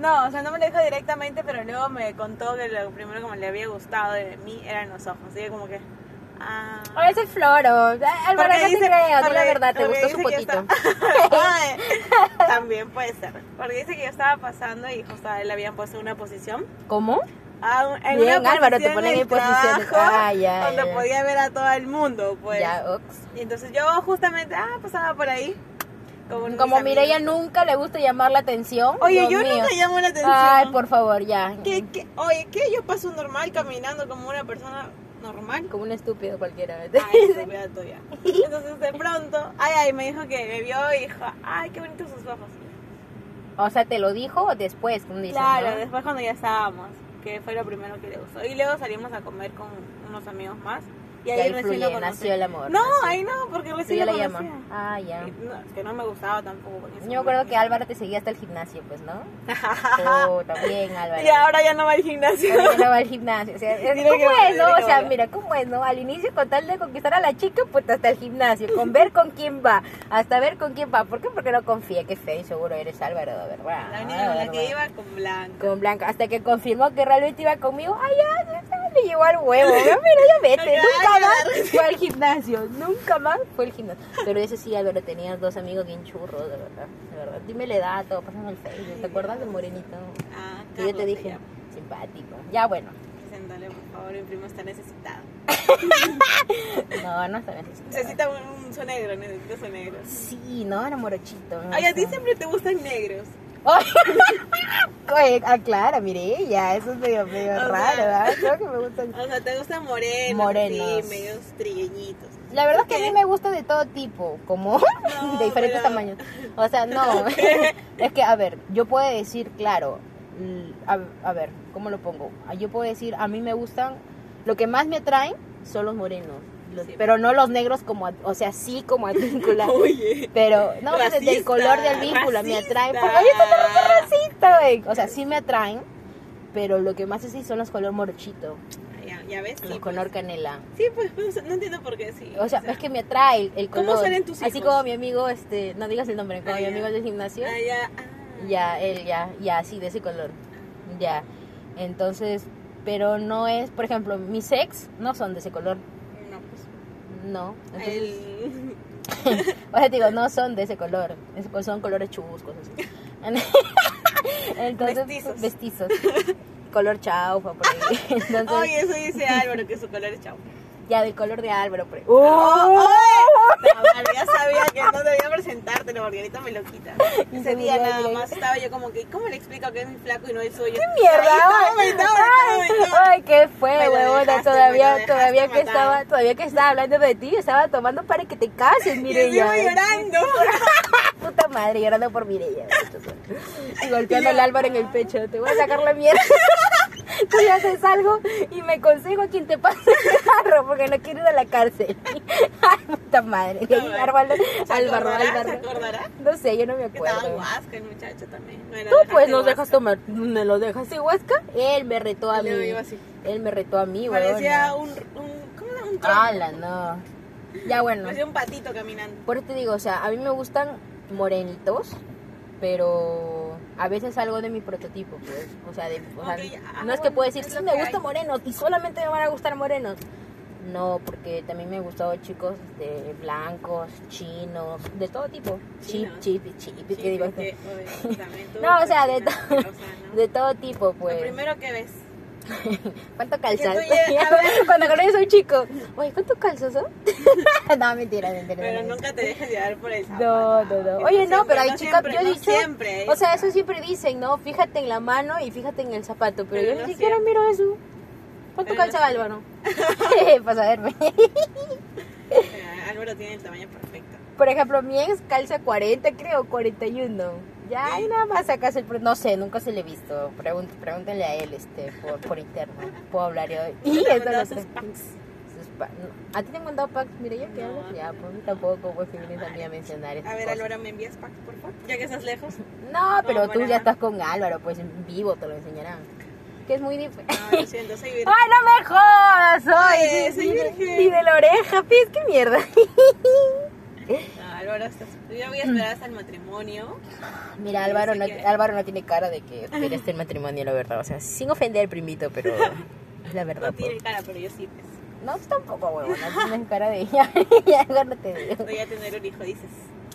[SPEAKER 2] no, o sea, no me lo dijo directamente, pero luego me contó que lo primero que me le había gustado de mí eran los ojos. Así que como que. Ah.
[SPEAKER 1] Ahora es el floro. Ah, Álvaro, no te creo, di la verdad, te
[SPEAKER 2] porque
[SPEAKER 1] gustó su
[SPEAKER 2] dice que
[SPEAKER 1] potito.
[SPEAKER 2] estaba- Ay, También puede ser. Porque dice que yo estaba pasando y justo a él le habían puesto una posición.
[SPEAKER 1] ¿Cómo?
[SPEAKER 2] Ah, en
[SPEAKER 1] Bien,
[SPEAKER 2] una
[SPEAKER 1] Álvaro, te
[SPEAKER 2] posición
[SPEAKER 1] ponen
[SPEAKER 2] del
[SPEAKER 1] en posición.
[SPEAKER 2] trabajo
[SPEAKER 1] Ah, ya,
[SPEAKER 2] Donde
[SPEAKER 1] ya.
[SPEAKER 2] podía ver a todo el mundo, pues.
[SPEAKER 1] Ya, ox.
[SPEAKER 2] Y entonces yo justamente, ah, pasaba por ahí. Como,
[SPEAKER 1] Como Mireia
[SPEAKER 2] no.
[SPEAKER 1] nunca le gusta llamar la atención.
[SPEAKER 2] Oye,
[SPEAKER 1] Dios
[SPEAKER 2] yo
[SPEAKER 1] mío.
[SPEAKER 2] nunca llamo la atención.
[SPEAKER 1] Ay, por favor, ya.
[SPEAKER 2] ¿Qué, qué? Oye, ¿qué? Yo paso normal caminando como una persona normal.
[SPEAKER 1] Como un estúpido cualquiera.
[SPEAKER 2] Ay, estúpida tuya. Entonces de pronto, ay, ay, me dijo que me vio y dijo, ay, qué bonitos sus ojos.
[SPEAKER 1] o sea, te lo dijo después, como dicen,
[SPEAKER 2] claro,
[SPEAKER 1] ¿no?
[SPEAKER 2] después cuando ya estábamos, que fue lo primero que le gustó. Y luego salimos a comer con unos amigos más. Y
[SPEAKER 1] Y
[SPEAKER 2] ahí,
[SPEAKER 1] ahí
[SPEAKER 2] recién
[SPEAKER 1] fluye,
[SPEAKER 2] lo conocí.
[SPEAKER 1] nació el amor.
[SPEAKER 2] No, ahí no, porque
[SPEAKER 1] Sí,
[SPEAKER 2] recién
[SPEAKER 1] yo
[SPEAKER 2] lo
[SPEAKER 1] la llamo.
[SPEAKER 2] conocía.
[SPEAKER 1] Ah, ya.
[SPEAKER 2] Y no, es que no me gustaba tampoco. porque
[SPEAKER 1] Yo
[SPEAKER 2] ese
[SPEAKER 1] me acuerdo que
[SPEAKER 2] momento-
[SPEAKER 1] Álvaro te seguía hasta el gimnasio, pues, ¿no? Oh, también, Álvaro.
[SPEAKER 2] y ahora ya no va al gimnasio.
[SPEAKER 1] También no va al gimnasio. O sea, es-
[SPEAKER 2] Dile que
[SPEAKER 1] ¿cómo
[SPEAKER 2] vaya,
[SPEAKER 1] es, no?
[SPEAKER 2] dile que
[SPEAKER 1] O sea,
[SPEAKER 2] vaya.
[SPEAKER 1] mira, ¿cómo es, no? Al inicio, con tal de conquistar a la chica, pues hasta el gimnasio. Con ver con quién va. Hasta ver con quién va. ¿Por qué? Porque no confía. Qué feo, y seguro eres Álvaro, de ¿verdad?
[SPEAKER 2] La única con la
[SPEAKER 1] ¿verdad?
[SPEAKER 2] que iba con Blanca.
[SPEAKER 1] con Blanca, hasta que confirmó que realmente iba conmigo. Ay, ya, ya, le llevó al huevo. Ya, mira, ya vete.
[SPEAKER 2] Ay,
[SPEAKER 1] Nunca
[SPEAKER 2] ay,
[SPEAKER 1] más fue al gimnasio. Nunca más fue al gimnasio. Pero ese sí, Álvaro, tenías dos amigos bien churros, de verdad. De verdad. Dime la edad, todo pasando el Facebook. ¿Te acuerdas del morenito?
[SPEAKER 2] Ah,
[SPEAKER 1] Que yo te
[SPEAKER 2] Carlos se
[SPEAKER 1] dije,
[SPEAKER 2] llama.
[SPEAKER 1] simpático. Ya, bueno.
[SPEAKER 2] Preséntale, por favor, mi primo está necesitado.
[SPEAKER 1] No, no está necesitado.
[SPEAKER 2] Necesita un, un su negro, necesita su negro.
[SPEAKER 1] Sí, no, era morochito. no
[SPEAKER 2] Ay, a ti
[SPEAKER 1] sé.
[SPEAKER 2] siempre te gustan negros.
[SPEAKER 1] Oye, aclara, mire, ya, eso es medio, medio
[SPEAKER 2] O sea-
[SPEAKER 1] raro, ¿verdad? Creo que me gustan
[SPEAKER 2] O sea, te gustan morenos,
[SPEAKER 1] Morenos.
[SPEAKER 2] así, medios trigueñitos.
[SPEAKER 1] La verdad es que a
[SPEAKER 2] Ok.
[SPEAKER 1] mí me gusta de todo tipo, como
[SPEAKER 2] No,
[SPEAKER 1] de diferentes
[SPEAKER 2] pero-
[SPEAKER 1] tamaños. O sea, no. es que, a ver, yo puedo decir, claro, l- a, a ver, ¿cómo lo pongo? Ah, Yo puedo decir, a mí me gustan, lo que más me atraen son los morenos, los-
[SPEAKER 2] Sí.
[SPEAKER 1] pero no los negros como, a- o sea, sí como advíncula.
[SPEAKER 2] Oye.
[SPEAKER 1] Pero, no, desde
[SPEAKER 2] Racista,
[SPEAKER 1] el color de advíncula me atraen. Porque,
[SPEAKER 2] racista.
[SPEAKER 1] oye, tú eres racista, güey. O sea, sí me atraen, pero lo que más así son los color morchito,
[SPEAKER 2] Ah, Ya, ya ves.
[SPEAKER 1] los
[SPEAKER 2] sí,
[SPEAKER 1] color
[SPEAKER 2] pues.
[SPEAKER 1] canela.
[SPEAKER 2] Sí, pues, pues, no entiendo por qué sí.
[SPEAKER 1] O sea, es que me atrae el, el
[SPEAKER 2] ¿Cómo
[SPEAKER 1] color.
[SPEAKER 2] salen tus
[SPEAKER 1] Así
[SPEAKER 2] hijos?
[SPEAKER 1] como mi amigo, este, no digas el nombre, como
[SPEAKER 2] Ah,
[SPEAKER 1] mi
[SPEAKER 2] ya.
[SPEAKER 1] amigo del gimnasio.
[SPEAKER 2] Ah, ya. ah.
[SPEAKER 1] Ya, él, ya, ya, así, de ese color. Ya. Entonces, pero no es, por ejemplo, mis ex no son de ese color.
[SPEAKER 2] No, pues.
[SPEAKER 1] No. Entonces,
[SPEAKER 2] el-
[SPEAKER 1] o sea, te digo, no son de ese color. Es- pues, son colores chubuscos. así. Entonces,
[SPEAKER 2] Mestizos.
[SPEAKER 1] mestizos. color chaufa por ahí. Entonces,
[SPEAKER 2] Oye, eso dice Álvaro, que su color es chau.
[SPEAKER 1] ya del color de Álvaro por ahí.
[SPEAKER 2] ¡Oh!
[SPEAKER 1] ¡Oh!
[SPEAKER 2] No, ya sabía que no debía presentártelo porque ahorita me lo quita. Ese día nada más estaba yo como que, ¿cómo le explico que es mi flaco y no el suyo?
[SPEAKER 1] ¡Qué mierda!
[SPEAKER 2] Ay,
[SPEAKER 1] ay,
[SPEAKER 2] no, no, no, no.
[SPEAKER 1] ay, qué fue,
[SPEAKER 2] Me lo
[SPEAKER 1] huevona.
[SPEAKER 2] dejaste,
[SPEAKER 1] Todavía,
[SPEAKER 2] me lo
[SPEAKER 1] todavía
[SPEAKER 2] dejaste
[SPEAKER 1] que estaba,
[SPEAKER 2] matado.
[SPEAKER 1] todavía que estaba hablando de ti, yo estaba tomando para que te cases,
[SPEAKER 2] Y
[SPEAKER 1] mire
[SPEAKER 2] encima llorando.
[SPEAKER 1] Puta madre, llorando por Mireya. Y golpeando al Álvaro en el pecho. Te voy a sacar la mierda. Tú ya haces algo y me consigo a quien te pase el carro porque no quiero ir a la cárcel. Ay, puta madre. Y ahí
[SPEAKER 2] No,
[SPEAKER 1] Álvaro,
[SPEAKER 2] ¿Se
[SPEAKER 1] Álvaro,
[SPEAKER 2] acordará? ¿Se
[SPEAKER 1] Álvaro.
[SPEAKER 2] acordará?
[SPEAKER 1] No sé, yo no me
[SPEAKER 2] Que estaba
[SPEAKER 1] acuerdo.
[SPEAKER 2] guasca el muchacho también. Me lo
[SPEAKER 1] Tú pues
[SPEAKER 2] dejaste
[SPEAKER 1] nos dejas
[SPEAKER 2] guasca.
[SPEAKER 1] tomar, me lo dejaste huasca. Él me retó a
[SPEAKER 2] Y
[SPEAKER 1] mí.
[SPEAKER 2] luego iba así.
[SPEAKER 1] Él me retó a mí, weón.
[SPEAKER 2] Parecía un, un, ¿cómo era? Un tronco.
[SPEAKER 1] Ala, no. Ya bueno.
[SPEAKER 2] Parecía un patito caminando.
[SPEAKER 1] Por eso te digo, o sea, a mí me gustan morenitos, pero a veces algo de mi prototipo, pues. O sea, de- o sea,
[SPEAKER 2] Ok, ya, Ah,
[SPEAKER 1] no es que
[SPEAKER 2] bueno,
[SPEAKER 1] puedo decir,
[SPEAKER 2] es
[SPEAKER 1] sí,
[SPEAKER 2] lo
[SPEAKER 1] me
[SPEAKER 2] que
[SPEAKER 1] gustan
[SPEAKER 2] hay".
[SPEAKER 1] morenos y solamente me van a gustar morenos. No, porque también me han gustado chicos este, blancos, chinos, de todo tipo. Chip,
[SPEAKER 2] Chinos.
[SPEAKER 1] chip, chip,
[SPEAKER 2] Sí,
[SPEAKER 1] que digo,
[SPEAKER 2] porque, oye, también tú,
[SPEAKER 1] No, o sea, de,
[SPEAKER 2] personas,
[SPEAKER 1] to-
[SPEAKER 2] o sea, ¿no?
[SPEAKER 1] de todo tipo,
[SPEAKER 2] Lo
[SPEAKER 1] pues.
[SPEAKER 2] primero que ves.
[SPEAKER 1] ¿Cuánto calzas?
[SPEAKER 2] Que tú llegues- a ver.
[SPEAKER 1] Cuando conoces a un chico, oye, ¿cuánto calzas? oh?" no, mentira, mentira.
[SPEAKER 2] Pero
[SPEAKER 1] mentira.
[SPEAKER 2] nunca te dejes llevar por el
[SPEAKER 1] No,
[SPEAKER 2] zapato.
[SPEAKER 1] no, no. Oye, no,
[SPEAKER 2] siempre,
[SPEAKER 1] pero hay
[SPEAKER 2] no
[SPEAKER 1] chicas,
[SPEAKER 2] siempre,
[SPEAKER 1] yo he
[SPEAKER 2] no
[SPEAKER 1] dicho,
[SPEAKER 2] siempre.
[SPEAKER 1] o sea, eso siempre dicen, ¿no? Fíjate en la mano y fíjate en el zapato, pero,
[SPEAKER 2] Pero
[SPEAKER 1] yo
[SPEAKER 2] no
[SPEAKER 1] ni siquiera
[SPEAKER 2] siempre.
[SPEAKER 1] miro eso. ¿Cuánto
[SPEAKER 2] Pero no
[SPEAKER 1] calza Pues,
[SPEAKER 2] siempre.
[SPEAKER 1] Álvaro? Para saberme.
[SPEAKER 2] Eh, Álvaro tiene el tamaño perfecto.
[SPEAKER 1] Por ejemplo, mi ex calza 40, creo, 41. Ya, y nada más sacas el... pro- No sé, nunca se le he visto. Pregun- pregúntenle a él, este, por, por interno. Puedo hablar yo.
[SPEAKER 2] ¿No
[SPEAKER 1] Y
[SPEAKER 2] te ha
[SPEAKER 1] eso
[SPEAKER 2] mandado
[SPEAKER 1] no
[SPEAKER 2] sus
[SPEAKER 1] sé.
[SPEAKER 2] packs?
[SPEAKER 1] Sus pa- no. ¿A ti te han mandado packs? Mira, ya que
[SPEAKER 2] No,
[SPEAKER 1] hablas,
[SPEAKER 2] a mí
[SPEAKER 1] ya, pues tampoco, pues que vienes a mí a mencionar esas
[SPEAKER 2] A ver,
[SPEAKER 1] cosas.
[SPEAKER 2] Álvaro, ¿me envías packs, por favor? Ya que estás lejos.
[SPEAKER 1] No, pero tú
[SPEAKER 2] bueno,
[SPEAKER 1] ya
[SPEAKER 2] no.
[SPEAKER 1] estás con Álvaro, pues en vivo te lo enseñarán. Que es muy diferente.
[SPEAKER 2] No, lo siento, soy virgen.
[SPEAKER 1] ¡Ay, no me jodas! Soy,
[SPEAKER 2] Oye, soy
[SPEAKER 1] ni, de-
[SPEAKER 2] virgen.
[SPEAKER 1] ni de la oreja, pis, qué mierda.
[SPEAKER 2] No, Álvaro, estás... yo voy a esperar hasta el matrimonio.
[SPEAKER 1] Mira,
[SPEAKER 2] Sí,
[SPEAKER 1] Álvaro
[SPEAKER 2] sí
[SPEAKER 1] no,
[SPEAKER 2] que-
[SPEAKER 1] Álvaro no tiene cara de que esté el matrimonio, la verdad. O sea, sin ofender al primito, pero es la verdad.
[SPEAKER 2] No
[SPEAKER 1] pues.
[SPEAKER 2] tiene cara, pero yo sí. Pues.
[SPEAKER 1] No, tú tampoco, huevona. Tienes cara de ya, ya agárrate de-
[SPEAKER 2] Voy a tener un hijo, dices.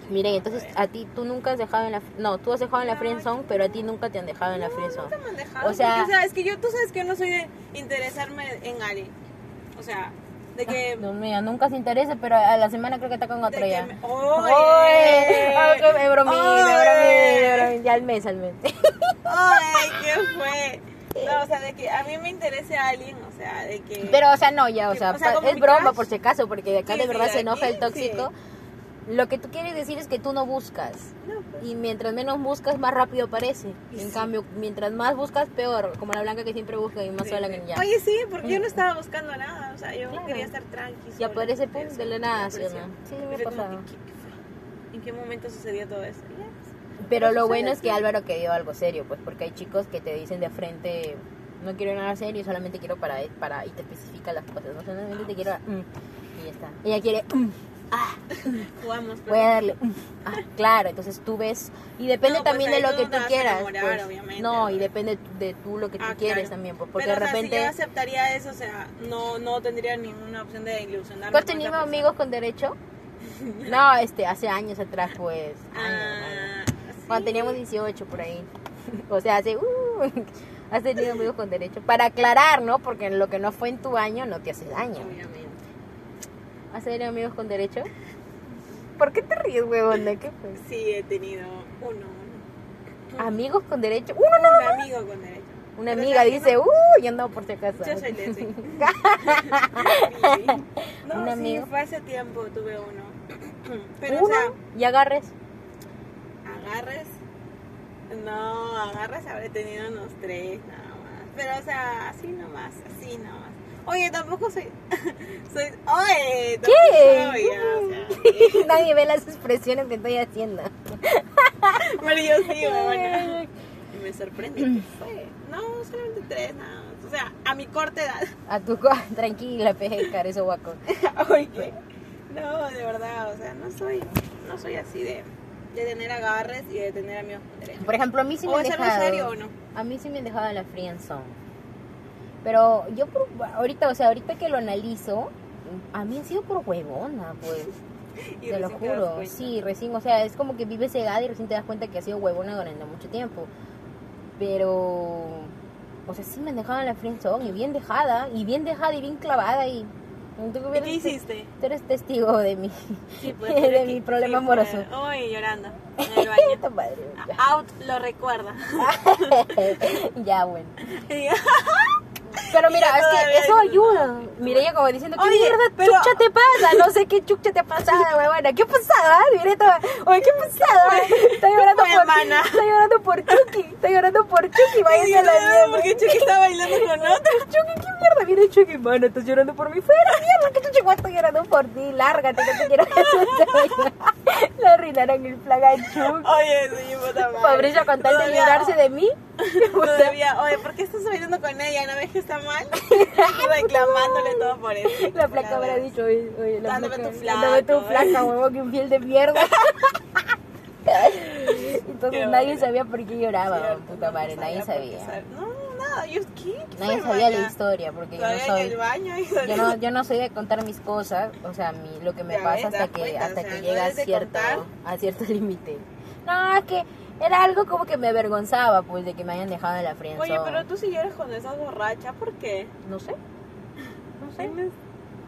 [SPEAKER 1] Miren, entonces a ti tú nunca has dejado en la... No, tú has dejado en la
[SPEAKER 2] No,
[SPEAKER 1] friendzone, pero a ti nunca te han dejado en la friendzone.
[SPEAKER 2] Nunca me han dejado.
[SPEAKER 1] O sea-
[SPEAKER 2] porque, o sea, es que yo, tú sabes que yo no soy de interesarme en alguien. O sea, de que.
[SPEAKER 1] Dios mío, nunca se interesa, pero a la semana creo que está con otro
[SPEAKER 2] de que
[SPEAKER 1] ya.
[SPEAKER 2] me-
[SPEAKER 1] ¡Oye!
[SPEAKER 2] ¡Oye!
[SPEAKER 1] ¡Oye! bromina,
[SPEAKER 2] ¡Oye!
[SPEAKER 1] bromina, bromina! Ya al mes, al mes.
[SPEAKER 2] ¡Ay, qué fue! No, o sea, de que a mí me interese a alguien, o sea, de que...
[SPEAKER 1] Pero, o sea, no, ya, o
[SPEAKER 2] Sí,
[SPEAKER 1] sea,
[SPEAKER 2] o sea,
[SPEAKER 1] pa-
[SPEAKER 2] como
[SPEAKER 1] es
[SPEAKER 2] mi
[SPEAKER 1] broma
[SPEAKER 2] crush.
[SPEAKER 1] por si acaso, porque de acá
[SPEAKER 2] Sí,
[SPEAKER 1] de
[SPEAKER 2] sí,
[SPEAKER 1] verdad
[SPEAKER 2] de
[SPEAKER 1] se enoja
[SPEAKER 2] aquí,
[SPEAKER 1] el tóxico. Lo que tú quieres decir es que tú no buscas.
[SPEAKER 2] No, pues,
[SPEAKER 1] Y mientras menos buscas, más rápido aparece.
[SPEAKER 2] Y
[SPEAKER 1] En
[SPEAKER 2] sí.
[SPEAKER 1] cambio, mientras más buscas, peor. Como la blanca que siempre busca y más
[SPEAKER 2] sí,
[SPEAKER 1] sola
[SPEAKER 2] sí.
[SPEAKER 1] que ya.
[SPEAKER 2] Oye, sí, porque yo no estaba buscando nada, o sea, yo
[SPEAKER 1] Claro.
[SPEAKER 2] quería estar tranqui.
[SPEAKER 1] Y
[SPEAKER 2] sola,
[SPEAKER 1] aparece, pum,
[SPEAKER 2] eso,
[SPEAKER 1] de la nada, ¿sí o no?
[SPEAKER 2] apareció.
[SPEAKER 1] Sí, me
[SPEAKER 2] Y
[SPEAKER 1] ha
[SPEAKER 2] fue como
[SPEAKER 1] pasado.
[SPEAKER 2] que, ¿qué- qué fue? ¿En qué momento sucedió todo eso? Y ya, pues,
[SPEAKER 1] Pero
[SPEAKER 2] Pero
[SPEAKER 1] lo
[SPEAKER 2] eso
[SPEAKER 1] bueno
[SPEAKER 2] es
[SPEAKER 1] es que
[SPEAKER 2] así.
[SPEAKER 1] Álvaro que dio algo serio, pues porque hay chicos que te dicen de frente, no quiero nada serio, solamente quiero para, para y te especifica las cosas, no solamente te quiero mm, y ya está. Ella quiere, mm, ah,
[SPEAKER 2] pues, Jugamos.
[SPEAKER 1] voy a darle, mm, ah, claro, entonces tú ves, y depende
[SPEAKER 2] No, pues,
[SPEAKER 1] también de
[SPEAKER 2] ahí
[SPEAKER 1] lo
[SPEAKER 2] tú
[SPEAKER 1] que
[SPEAKER 2] no
[SPEAKER 1] tú
[SPEAKER 2] te vas a
[SPEAKER 1] quieras.
[SPEAKER 2] enamorar,
[SPEAKER 1] pues.
[SPEAKER 2] obviamente,
[SPEAKER 1] no, y
[SPEAKER 2] ¿no?
[SPEAKER 1] depende de tú lo que tú
[SPEAKER 2] Ah,
[SPEAKER 1] quieres
[SPEAKER 2] claro.
[SPEAKER 1] también, pues, porque
[SPEAKER 2] Pero,
[SPEAKER 1] de
[SPEAKER 2] o sea,
[SPEAKER 1] repente...
[SPEAKER 2] si yo aceptaría eso, o sea, no, no tendría ninguna opción de ilusionarme.
[SPEAKER 1] ¿Tú has
[SPEAKER 2] con
[SPEAKER 1] tenido
[SPEAKER 2] esa persona.
[SPEAKER 1] amigos con derecho? No, este, hace años atrás, pues. años, años.
[SPEAKER 2] Ah,
[SPEAKER 1] Cuando
[SPEAKER 2] sí.
[SPEAKER 1] teníamos 18 por ahí. O sea, hace... Uh, has tenido amigos con derecho. Para aclarar, ¿no? Porque lo que no fue en tu año no te hace daño.
[SPEAKER 2] Obviamente.
[SPEAKER 1] ¿Has tenido amigos con derecho? ¿Por qué te ríes, huevón? ¿Qué fue?
[SPEAKER 2] Sí, he tenido uno. uno.
[SPEAKER 1] ¿Amigos con derecho? ¡Uh, no, no!
[SPEAKER 2] Un amigo con derecho.
[SPEAKER 1] Una
[SPEAKER 2] Pero
[SPEAKER 1] amiga
[SPEAKER 2] sabes,
[SPEAKER 1] dice,
[SPEAKER 2] ¿no?
[SPEAKER 1] ¡uh! Yo no, por si acaso.
[SPEAKER 2] Yo soy Leslie. no,
[SPEAKER 1] Un
[SPEAKER 2] sí,
[SPEAKER 1] amigo.
[SPEAKER 2] fue hace tiempo, tuve uno. Pero, o
[SPEAKER 1] Uno,
[SPEAKER 2] sea,
[SPEAKER 1] y agarres.
[SPEAKER 2] agarres. No, agarres habré tenido unos tres, nada más. Pero, o sea, así nomás, así nomás. Oye, tampoco soy. soy oye, tampoco soy. ya, o sea,
[SPEAKER 1] Nadie ve las expresiones que estoy haciendo.
[SPEAKER 2] Pero yo sí, bueno. Y me sorprende que fue. No, solamente tres, nada más. O sea, a mi corta edad.
[SPEAKER 1] A tu co- tranquila, peje, carezo guaco.
[SPEAKER 2] Oye, no, de verdad, o sea, no soy, no soy así de, de tener agarres y de tener amigos con derecho.
[SPEAKER 1] Por ejemplo, a mí sí me
[SPEAKER 2] ¿O
[SPEAKER 1] han
[SPEAKER 2] es algo
[SPEAKER 1] dejado.
[SPEAKER 2] serio o no?
[SPEAKER 1] A mí sí me han dejado en la friendzone. Pero yo por- ahorita, o sea, ahorita que lo analizo, a mí ha sido por huevona, pues.
[SPEAKER 2] Y
[SPEAKER 1] te lo
[SPEAKER 2] recién das
[SPEAKER 1] juro.
[SPEAKER 2] cuenta.
[SPEAKER 1] sí, recién, o sea, es como que vives esa edad y recién te das cuenta que ha sido huevona durante mucho tiempo. Pero O sea, sí me han dejado en la friendzone y bien dejada, y bien dejada y bien clavada y... ¿Tú
[SPEAKER 2] ¿Y qué hiciste?
[SPEAKER 1] Tú eres testigo de mi, de
[SPEAKER 2] Sí, pero
[SPEAKER 1] mi
[SPEAKER 2] que-
[SPEAKER 1] problema
[SPEAKER 2] sí,
[SPEAKER 1] amoroso.
[SPEAKER 2] pues, Uy, llorando. En el baño. Ah,
[SPEAKER 1] Tu madre.
[SPEAKER 2] Out lo recuerda.
[SPEAKER 1] ya, bueno.
[SPEAKER 2] Y-
[SPEAKER 1] Pero mira,
[SPEAKER 2] yo
[SPEAKER 1] es que
[SPEAKER 2] todavía
[SPEAKER 1] eso
[SPEAKER 2] digo,
[SPEAKER 1] ayuda. Mira ella como diciendo, ¿qué
[SPEAKER 2] Oye,
[SPEAKER 1] mierda
[SPEAKER 2] pero-
[SPEAKER 1] chucha te pasa? No sé qué chucha te ha pasado, Ah, huevona. ¿Qué pasada? Diré toda, oye, ¿qué pasada? Estoy llorando
[SPEAKER 2] fue,
[SPEAKER 1] por
[SPEAKER 2] mana?
[SPEAKER 1] Estoy llorando por Chucky. Estoy llorando por Chucky.
[SPEAKER 2] Ay,
[SPEAKER 1] Váyase a la
[SPEAKER 2] Dios,
[SPEAKER 1] mierda.
[SPEAKER 2] porque Chucky está bailando con otro.
[SPEAKER 1] Chucky, ¿qué mierda? Viene Chucky, mano, estás llorando por mí. Fuera, mierda, que Chucky, estoy llorando por ti. Lárgate, que te quiero que se Le arruinaron el flag a Chucky.
[SPEAKER 2] Oye, sí, puta madre.
[SPEAKER 1] Pobrecilla, con tal de
[SPEAKER 2] Todavía-
[SPEAKER 1] librarse de mí.
[SPEAKER 2] Todavía, oye, ¿por qué estás bailando con ella? ¿No ves que está mal? Reclamándole todo por eso.
[SPEAKER 1] La flaca habrá dicho, oye, oye, la
[SPEAKER 2] Dándome
[SPEAKER 1] flaca,
[SPEAKER 2] tu flaco,
[SPEAKER 1] dándome tu
[SPEAKER 2] eh.
[SPEAKER 1] flaca, huevo, que infiel de mierda. Entonces
[SPEAKER 2] Qué
[SPEAKER 1] nadie
[SPEAKER 2] bueno.
[SPEAKER 1] sabía por qué lloraba,
[SPEAKER 2] Cierto,
[SPEAKER 1] puta madre,
[SPEAKER 2] no
[SPEAKER 1] nadie
[SPEAKER 2] por qué
[SPEAKER 1] sabía.
[SPEAKER 2] sab- No, nada, yo ¿qué? ¿Qué
[SPEAKER 1] Nadie
[SPEAKER 2] fue,
[SPEAKER 1] sabía la
[SPEAKER 2] maña?
[SPEAKER 1] historia, porque yo no
[SPEAKER 2] Todavía en
[SPEAKER 1] soy...
[SPEAKER 2] el baño. y
[SPEAKER 1] Yo no, yo no soy de contar mis cosas, o sea, mi- lo que me
[SPEAKER 2] Ya ves,
[SPEAKER 1] pasa
[SPEAKER 2] te
[SPEAKER 1] hasta
[SPEAKER 2] das
[SPEAKER 1] que
[SPEAKER 2] cuenta,
[SPEAKER 1] hasta
[SPEAKER 2] o sea,
[SPEAKER 1] que
[SPEAKER 2] no
[SPEAKER 1] llega a
[SPEAKER 2] eres de
[SPEAKER 1] cierto
[SPEAKER 2] contar.
[SPEAKER 1] a cierto límite. No, es que era algo como que me avergonzaba, pues, de que me hayan dejado en la friendzone.
[SPEAKER 2] Oye, pero tú si lloras cuando estás borracha, ¿por qué?
[SPEAKER 1] no sé.
[SPEAKER 2] No sé.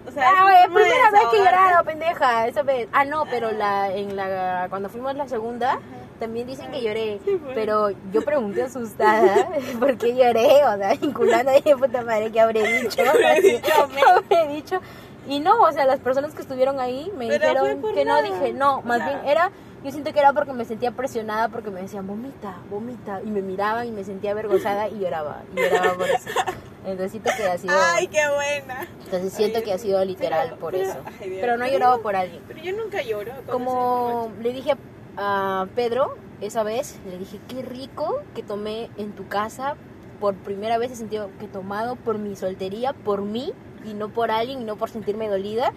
[SPEAKER 2] O sea,
[SPEAKER 1] Ah,
[SPEAKER 2] es
[SPEAKER 1] oye,
[SPEAKER 2] como de
[SPEAKER 1] primera vez que he
[SPEAKER 2] desahogarte.
[SPEAKER 1] llorado, pendeja. Esa vez. Ah, no, pero la en la cuando fuimos la segunda también dicen que lloré,
[SPEAKER 2] Sí, pues.
[SPEAKER 1] pero yo pregunté asustada por qué lloré, o sea, vinculando dije, puta madre, ¿qué habré dicho?
[SPEAKER 2] ¿Qué habré dicho,
[SPEAKER 1] ¿Qué habré dicho? Y no, o sea, las personas que estuvieron ahí me
[SPEAKER 2] Pero fue
[SPEAKER 1] dijeron
[SPEAKER 2] por
[SPEAKER 1] que
[SPEAKER 2] nada.
[SPEAKER 1] no dije, no,
[SPEAKER 2] O
[SPEAKER 1] más
[SPEAKER 2] sea.
[SPEAKER 1] bien era yo siento que era porque me sentía presionada porque me decían vomita, vomita y me miraban y me sentía avergonzada y lloraba, y lloraba por eso. Entonces siento que ha sido
[SPEAKER 2] Ay, qué buena.
[SPEAKER 1] entonces siento
[SPEAKER 2] Ay,
[SPEAKER 1] que ha sido literal
[SPEAKER 2] pero-
[SPEAKER 1] por
[SPEAKER 2] pero-
[SPEAKER 1] eso.
[SPEAKER 2] ay, Dios.
[SPEAKER 1] Pero no he llorado por alguien.
[SPEAKER 2] Pero yo nunca lloro. cuando
[SPEAKER 1] Como le dije a Pedro esa vez, le dije, qué rico que tomé en tu casa. Por primera vez he sentido que he tomado por mi soltería, por mí y no por alguien y no por sentirme dolida.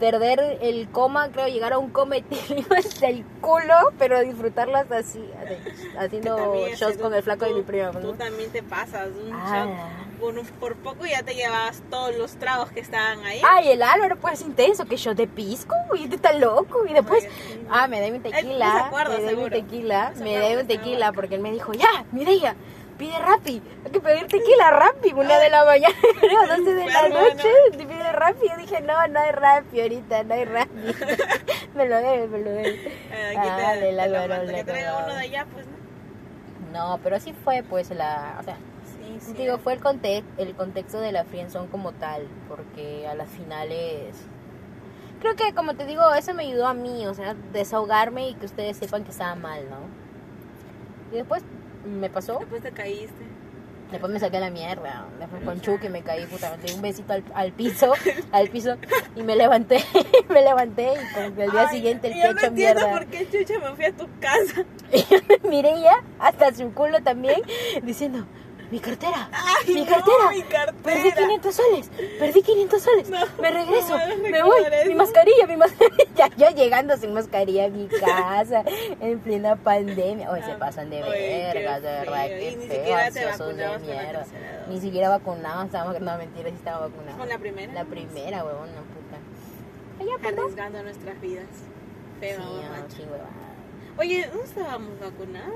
[SPEAKER 1] Perder el coma, creo, llegar a un coma etílico hasta el culo, pero disfrutarlas así, de-
[SPEAKER 2] estoy- que
[SPEAKER 1] haciendo
[SPEAKER 2] también,
[SPEAKER 1] shows
[SPEAKER 2] o sea, tú-
[SPEAKER 1] con el flaco de
[SPEAKER 2] tú-
[SPEAKER 1] mi prima. ¿no?
[SPEAKER 2] Tú también te pasas un
[SPEAKER 1] Ah.
[SPEAKER 2] shot. Por, un- por poco ya te llevas todos los tragos que estaban ahí.
[SPEAKER 1] Ay, el Álvaro, pues intenso, que yo de pisco, y tú estás loco. Y después,
[SPEAKER 2] Ay, sí.
[SPEAKER 1] ah, me dé mi
[SPEAKER 2] Él no se
[SPEAKER 1] tequila,
[SPEAKER 2] acuerda,
[SPEAKER 1] me dé mi
[SPEAKER 2] seguro.
[SPEAKER 1] tequila,
[SPEAKER 2] No se
[SPEAKER 1] me
[SPEAKER 2] acuerda,
[SPEAKER 1] dé un
[SPEAKER 2] está
[SPEAKER 1] tequila,
[SPEAKER 2] loca.
[SPEAKER 1] porque él me dijo, ya, Mireya, pide Rappi, hay que pedir tequila Rappi, una de la mañana, creo, doce de la
[SPEAKER 2] Enfermo, ¿no?
[SPEAKER 1] noche, te pide Rappi. Yo dije, no, no hay Rappi ahorita, no hay Rappi. me lo debe, me lo debe.
[SPEAKER 2] Eh, aquí
[SPEAKER 1] Ah,
[SPEAKER 2] te-
[SPEAKER 1] dale,
[SPEAKER 2] te
[SPEAKER 1] la
[SPEAKER 2] lo
[SPEAKER 1] lloró,
[SPEAKER 2] mando,
[SPEAKER 1] la
[SPEAKER 2] que traiga
[SPEAKER 1] lloró.
[SPEAKER 2] uno de allá, pues no.
[SPEAKER 1] No, pero así fue, pues, la, o sea,
[SPEAKER 2] Sí, sí.
[SPEAKER 1] Digo, fue el, conte- el contexto de la friendzone como tal, porque a las finales... Creo que, como te digo, eso me ayudó a mí, o sea, desahogarme y que ustedes sepan que estaba mal, ¿no? Y después me pasó,
[SPEAKER 2] Después te caíste.
[SPEAKER 1] después me saqué a la mierda, después con Chucky me caí, puta, me di un besito al, al piso, al piso, y me levanté, me levanté y como que al día
[SPEAKER 2] Ay,
[SPEAKER 1] siguiente el
[SPEAKER 2] yo
[SPEAKER 1] pecho
[SPEAKER 2] no entiendo
[SPEAKER 1] mierda.
[SPEAKER 2] por qué chucha me fui a tu casa.
[SPEAKER 1] Mireia, hasta su culo también, diciendo, mi cartera,
[SPEAKER 2] Ay,
[SPEAKER 1] mi
[SPEAKER 2] no,
[SPEAKER 1] cartera,
[SPEAKER 2] mi cartera.
[SPEAKER 1] perdí 500 soles, perdí 500 soles,
[SPEAKER 2] No,
[SPEAKER 1] me regreso,
[SPEAKER 2] no me hagas
[SPEAKER 1] me
[SPEAKER 2] recordar
[SPEAKER 1] voy,
[SPEAKER 2] eso.
[SPEAKER 1] mi mascarilla, mi mascarilla, yo llegando sin mascarilla a mi casa, en plena pandemia, hoy se
[SPEAKER 2] Ah,
[SPEAKER 1] pasan de
[SPEAKER 2] oye, qué
[SPEAKER 1] vergas, de verdad,
[SPEAKER 2] feo.
[SPEAKER 1] qué
[SPEAKER 2] Y ni
[SPEAKER 1] feo,
[SPEAKER 2] siquiera te
[SPEAKER 1] ansiosos de
[SPEAKER 2] vacunabas con la
[SPEAKER 1] mierda,
[SPEAKER 2] tercera dosis.
[SPEAKER 1] ni siquiera vacunados, estábamos, no, mentira, sí estaba vacunado,
[SPEAKER 2] ¿Con la primera?
[SPEAKER 1] la primera, huevón, no, puta, Ay, ya, puta.
[SPEAKER 2] Arriesgando nuestras vidas.
[SPEAKER 1] Sí,
[SPEAKER 2] Feo,
[SPEAKER 1] no,
[SPEAKER 2] borracho.
[SPEAKER 1] sí, huevada.
[SPEAKER 2] Oye, ¿no estábamos vacunadas?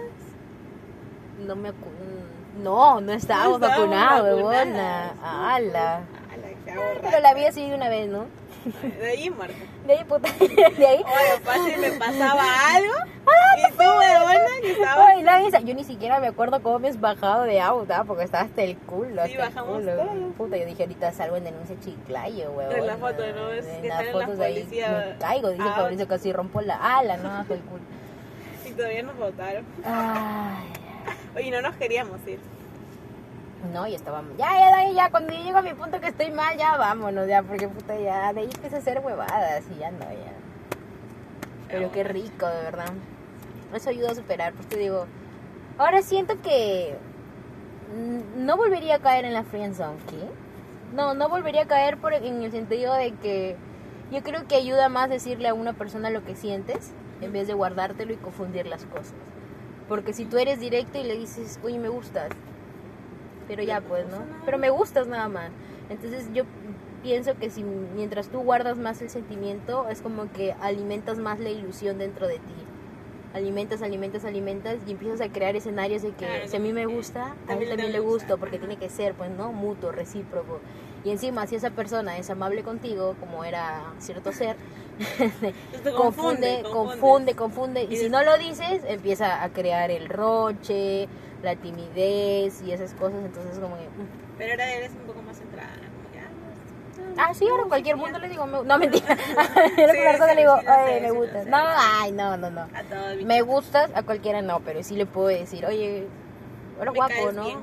[SPEAKER 1] No me acu- No, no estábamos
[SPEAKER 2] No estábamos
[SPEAKER 1] vacunados,
[SPEAKER 2] vacunadas.
[SPEAKER 1] huevona. ¡Hala!
[SPEAKER 2] Ala, qué
[SPEAKER 1] Pero la vida sí de una vez, ¿no?
[SPEAKER 2] borracha. De ahí, Marta.
[SPEAKER 1] De ahí, puta. De ahí.
[SPEAKER 2] Oye, fácil me pasaba algo.
[SPEAKER 1] Ah,
[SPEAKER 2] Y tú, huevona, que estabas.
[SPEAKER 1] Ay, nadie sa- yo ni siquiera me acuerdo cómo me has bajado de auto, ¿ah? porque estaba hasta el culo. hasta
[SPEAKER 2] Sí,
[SPEAKER 1] el
[SPEAKER 2] bajamos
[SPEAKER 1] culo.
[SPEAKER 2] todos.
[SPEAKER 1] Puta, yo dije ahorita salgo en denuncia chiclayo, huevón.
[SPEAKER 2] En la foto, ¿no? Es que
[SPEAKER 1] las
[SPEAKER 2] salen las
[SPEAKER 1] fotos de ahí
[SPEAKER 2] policías.
[SPEAKER 1] me caigo, dice
[SPEAKER 2] Ah.
[SPEAKER 1] Fabricio, casi rompo la ala, ¿no? Hasta el culo.
[SPEAKER 2] Y todavía nos votaron.
[SPEAKER 1] Ay.
[SPEAKER 2] Oye, no nos queríamos ir.
[SPEAKER 1] No, ya estábamos. Ya, ya, ya, ya, cuando yo llego a mi punto que estoy mal, ya vámonos, ya, porque puta, ya, de ahí empecé a hacer huevadas y ya no, ya. Pero qué rico, de verdad. Eso ayuda a superar, pues te digo. Ahora siento que. mm, No volvería a caer en la friendzone, ¿qué? No, no volvería a caer por, en el sentido de que. Yo creo que ayuda más decirle a una persona lo que sientes en vez de guardártelo y confundir las cosas. Porque si tú eres directo y le dices, oye, me gustas, pero ya pues, ¿no? Pero me gustas nada más. Entonces yo pienso que si mientras tú guardas más el sentimiento, es como que alimentas más la ilusión dentro de ti. alimentas, alimentas, alimentas y empiezas a crear escenarios de que
[SPEAKER 2] Claro,
[SPEAKER 1] si a mí me
[SPEAKER 2] como que
[SPEAKER 1] gusta, a él
[SPEAKER 2] también le
[SPEAKER 1] también le
[SPEAKER 2] gusta.
[SPEAKER 1] gusto, porque
[SPEAKER 2] Ajá.
[SPEAKER 1] tiene que ser, pues, ¿no? Mutuo, recíproco. Y encima, si esa persona es amable contigo, como era cierto ser,
[SPEAKER 2] Te
[SPEAKER 1] confunde,
[SPEAKER 2] confundes.
[SPEAKER 1] confunde, confunde. Y
[SPEAKER 2] Y
[SPEAKER 1] si
[SPEAKER 2] des-
[SPEAKER 1] no lo dices, empieza a crear el roche, la timidez y esas cosas. Entonces, como que. mm.
[SPEAKER 2] Pero ahora eres un poco más centrada. ¿no? Como que, ah, no,
[SPEAKER 1] Ah, sí, ahora en
[SPEAKER 2] no,
[SPEAKER 1] cualquier
[SPEAKER 2] sí,
[SPEAKER 1] mundo
[SPEAKER 2] ya.
[SPEAKER 1] le digo. me- No, mentira. Era
[SPEAKER 2] Sí,
[SPEAKER 1] con Arturo
[SPEAKER 2] sí,
[SPEAKER 1] le digo,
[SPEAKER 2] sí, lo sé,
[SPEAKER 1] "Oye, me
[SPEAKER 2] sí, lo
[SPEAKER 1] gustas.
[SPEAKER 2] sé.
[SPEAKER 1] No, ay, no, no, no.
[SPEAKER 2] A todo el bicho.
[SPEAKER 1] Me gustas a cualquiera no, pero sí le puedo decir, oye, eres
[SPEAKER 2] Me
[SPEAKER 1] guapo,
[SPEAKER 2] caes
[SPEAKER 1] ¿no?
[SPEAKER 2] bien.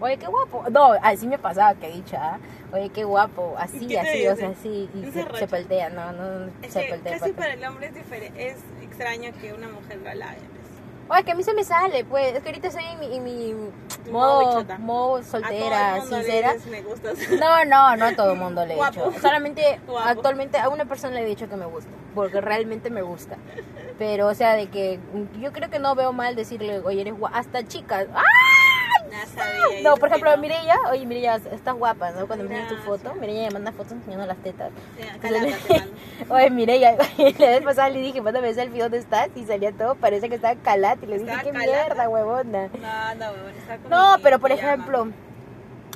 [SPEAKER 1] Oye, qué guapo. No, así me pasaba que dicha. ¿ah? Oye, qué guapo. Así,
[SPEAKER 2] qué te
[SPEAKER 1] así, o
[SPEAKER 2] dice?
[SPEAKER 1] sea, así. Y
[SPEAKER 2] Ese
[SPEAKER 1] se,
[SPEAKER 2] roche.
[SPEAKER 1] se peltea, no, no, no,
[SPEAKER 2] Es
[SPEAKER 1] se
[SPEAKER 2] que
[SPEAKER 1] peltea.
[SPEAKER 2] casi
[SPEAKER 1] peltea.
[SPEAKER 2] para el hombre es diferente. Es extraño que una mujer lo alabe. pues.
[SPEAKER 1] Oye, que a mí se me sale, pues. Es que ahorita estoy en mi, en mi
[SPEAKER 2] Tu modo
[SPEAKER 1] modo,
[SPEAKER 2] bichota.
[SPEAKER 1] modo
[SPEAKER 2] pues. a todo
[SPEAKER 1] soltera,
[SPEAKER 2] el mundo le
[SPEAKER 1] sincera.
[SPEAKER 2] dices, me gustas.
[SPEAKER 1] No, no, no a todo el mundo le he
[SPEAKER 2] Guapo.
[SPEAKER 1] dicho. Solamente,
[SPEAKER 2] Guapo.
[SPEAKER 1] actualmente a una persona le he dicho que me gusta, porque realmente me gusta. Pero, o sea, de que mm, yo creo que no veo mal decirle, oye, eres guapa. Hasta chicas. ¡Ah!
[SPEAKER 2] Ya sabía,
[SPEAKER 1] No,
[SPEAKER 2] yo
[SPEAKER 1] por
[SPEAKER 2] que
[SPEAKER 1] ejemplo,
[SPEAKER 2] no. Ah,
[SPEAKER 1] Mireya, oye, Mireya, estás guapa, ¿no? Cuando me enseñas tu
[SPEAKER 2] Gracias.
[SPEAKER 1] foto, Mireya me manda fotos enseñando las tetas.
[SPEAKER 2] Sí, acá la
[SPEAKER 1] Entonces,
[SPEAKER 2] Guatemala.
[SPEAKER 1] Oye, Mireya, la vez pasada le dije, mándame selfie, ¿dónde estás? Y salía todo, parece que estaba calat. Y le dije,
[SPEAKER 2] Estaba
[SPEAKER 1] qué
[SPEAKER 2] calata.
[SPEAKER 1] mierda, huevona.
[SPEAKER 2] No, no, huevón, está como
[SPEAKER 1] No,
[SPEAKER 2] mi
[SPEAKER 1] pero por
[SPEAKER 2] pijama.
[SPEAKER 1] ejemplo,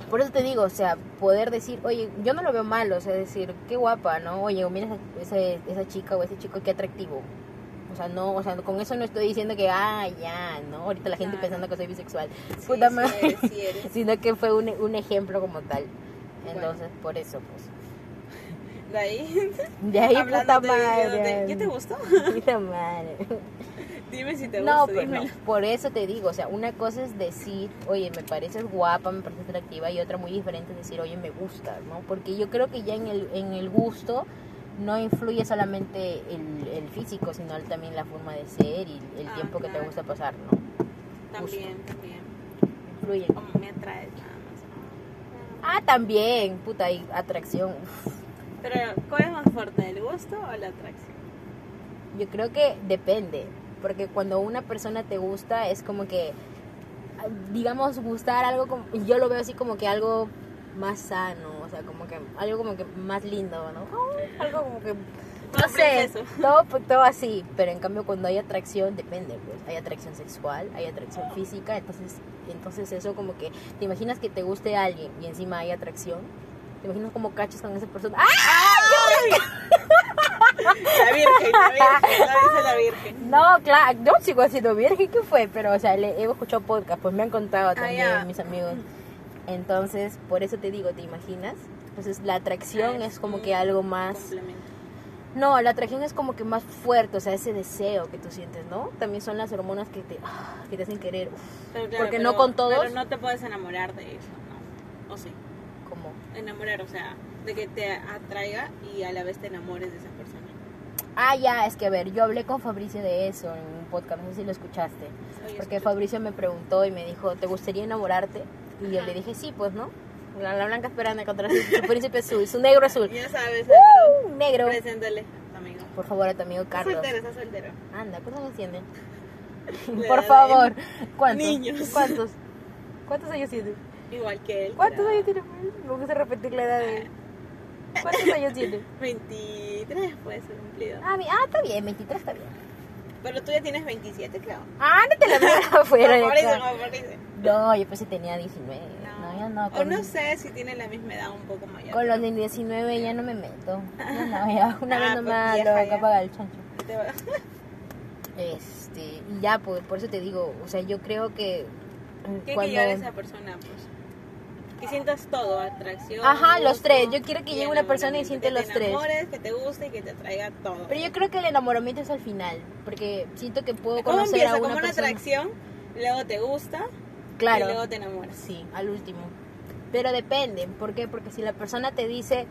[SPEAKER 1] por eso te digo, o sea, poder decir, oye, yo no lo veo malo, o sea, decir, qué guapa, ¿no? Oye, o mira esa, esa- esa chica o ese chico, qué atractivo. O sea, no, o sea, con eso no estoy diciendo que, ah, ya, ¿no? Ahorita la gente
[SPEAKER 2] Claro.
[SPEAKER 1] pensando que soy bisexual.
[SPEAKER 2] Sí,
[SPEAKER 1] Puta
[SPEAKER 2] sí
[SPEAKER 1] madre.
[SPEAKER 2] eres, sí eres.
[SPEAKER 1] Sino que fue un, un ejemplo como tal.
[SPEAKER 2] Bueno.
[SPEAKER 1] Entonces, por eso, pues.
[SPEAKER 2] De ahí.
[SPEAKER 1] De ahí,
[SPEAKER 2] hablando
[SPEAKER 1] puta
[SPEAKER 2] de-
[SPEAKER 1] madre.
[SPEAKER 2] de- ¿Ya te gustó?
[SPEAKER 1] Puta madre.
[SPEAKER 2] Dime si te gustó.
[SPEAKER 1] No, pues no.
[SPEAKER 2] dímelo.
[SPEAKER 1] Por eso te digo, o sea, una cosa es decir, oye, me pareces guapa, me pareces atractiva, y otra muy diferente es decir, oye, me gusta, ¿no? Porque yo creo que ya en el, en el gusto no influye solamente el, el físico, sino también la forma de ser y el
[SPEAKER 2] Ah,
[SPEAKER 1] tiempo que te
[SPEAKER 2] claro.
[SPEAKER 1] gusta pasar, ¿no?
[SPEAKER 2] También, también.
[SPEAKER 1] Influye.
[SPEAKER 2] Como me atraes nada más. Ah,
[SPEAKER 1] Ah, también, puta, y atracción. Uf.
[SPEAKER 2] Pero, ¿cuál es más fuerte, el gusto o la atracción?
[SPEAKER 1] Yo creo que depende, porque cuando una persona te gusta es como que, digamos, gustar algo, como, yo lo veo así como que algo más sano, o sea, como que algo como que más lindo, ¿no? Oh, Algo como que, no
[SPEAKER 2] Más
[SPEAKER 1] sé,
[SPEAKER 2] princeso.
[SPEAKER 1] todo, todo así, pero en cambio cuando hay atracción depende, pues, hay atracción sexual, hay atracción física, entonces, entonces eso como que, ¿te imaginas que te guste alguien y encima hay atracción? ¿Te imaginas cómo cachas con esa persona? ¡Ah!
[SPEAKER 2] La virgen, la virgen, la dice la virgen.
[SPEAKER 1] No, claro, yo sigo siendo virgen, ¿qué fue? Pero, o sea, le, he escuchado podcast, pues me han contado también
[SPEAKER 2] Ah, ya.
[SPEAKER 1] mis amigos. Entonces, por eso te digo, ¿te imaginas? Entonces, la atracción
[SPEAKER 2] Ah,
[SPEAKER 1] es como
[SPEAKER 2] un
[SPEAKER 1] que algo más...
[SPEAKER 2] complemento.
[SPEAKER 1] No, la atracción es como que más fuerte, o sea, ese deseo que tú sientes, ¿no? También son las hormonas que te, ah, que te hacen querer, uf,
[SPEAKER 2] Pero claro,
[SPEAKER 1] Porque
[SPEAKER 2] pero-
[SPEAKER 1] no con todos.
[SPEAKER 2] Pero no te puedes enamorar de eso, ¿no? O sí,
[SPEAKER 1] como...
[SPEAKER 2] enamorar, o sea, de que te atraiga y a la vez te enamores de esa persona.
[SPEAKER 1] Ah, ya, es que a ver, yo hablé con Fabricio de eso en un podcast, no sé si lo escuchaste.
[SPEAKER 2] Oye,
[SPEAKER 1] Porque
[SPEAKER 2] escucha,
[SPEAKER 1] Fabricio me preguntó y me dijo, ¿te gustaría enamorarte? Y yo
[SPEAKER 2] Ajá.
[SPEAKER 1] le dije, sí, pues, ¿no? La, la blanca esperando contra su, su príncipe azul, su negro azul.
[SPEAKER 2] Ya sabes,
[SPEAKER 1] ¡Uh! Negro.
[SPEAKER 2] preséntale, amigo.
[SPEAKER 1] Por favor, a tu amigo
[SPEAKER 2] Está
[SPEAKER 1] Carlos.
[SPEAKER 2] soltero, está soltero.
[SPEAKER 1] Anda, ¿cuántos años tiene?
[SPEAKER 2] Le da
[SPEAKER 1] Por
[SPEAKER 2] de-
[SPEAKER 1] favor. ¿Cuántos?
[SPEAKER 2] Niños.
[SPEAKER 1] ¿Cuántos? ¿Cuántos años tiene?
[SPEAKER 2] Igual que él.
[SPEAKER 1] ¿Cuántos
[SPEAKER 2] pero-
[SPEAKER 1] años tiene? pues? Me gusta repetir la edad de él. ¿Cuántos años tiene?
[SPEAKER 2] 23 puede ser cumplido.
[SPEAKER 1] Ah, mi- ah, está bien, 23 está bien.
[SPEAKER 2] Pero tú ya tienes 27, creo.
[SPEAKER 1] Ah, no te la mierda afuera de
[SPEAKER 2] Ah, por eso,
[SPEAKER 1] acá.
[SPEAKER 2] ah, por eso.
[SPEAKER 1] No, yo pensé que tenía 19. No, yo no.
[SPEAKER 2] O
[SPEAKER 1] con-
[SPEAKER 2] no sé si tiene la misma edad un poco mayor.
[SPEAKER 1] Con los de 19 ya no me meto. Ya no, ya una
[SPEAKER 2] Ah,
[SPEAKER 1] vez
[SPEAKER 2] pues
[SPEAKER 1] nomás
[SPEAKER 2] vieja
[SPEAKER 1] loca
[SPEAKER 2] ya.
[SPEAKER 1] paga el chancho.
[SPEAKER 2] Te va-
[SPEAKER 1] Este, y ya, pues por eso te digo, o sea, yo creo que
[SPEAKER 2] Tiene que
[SPEAKER 1] cuando...
[SPEAKER 2] llegar esa persona, pues. Que sientas todo, atracción.
[SPEAKER 1] Ajá, los
[SPEAKER 2] gusto,
[SPEAKER 1] tres. Yo quiero que
[SPEAKER 2] y
[SPEAKER 1] llegue una persona y
[SPEAKER 2] enamoramiento.
[SPEAKER 1] siente los
[SPEAKER 2] Que
[SPEAKER 1] tres.
[SPEAKER 2] te enamores, que te guste y que te atraiga todo.
[SPEAKER 1] Pero yo creo que el enamoramiento es al final, porque siento que puedo
[SPEAKER 2] ¿Cómo
[SPEAKER 1] conocer
[SPEAKER 2] empieza?
[SPEAKER 1] a
[SPEAKER 2] Como
[SPEAKER 1] una
[SPEAKER 2] una
[SPEAKER 1] persona.
[SPEAKER 2] atracción, luego te gusta y
[SPEAKER 1] Claro,
[SPEAKER 2] luego te enamoras.
[SPEAKER 1] sí, al último. Pero depende, ¿por qué? Porque si la persona te dice,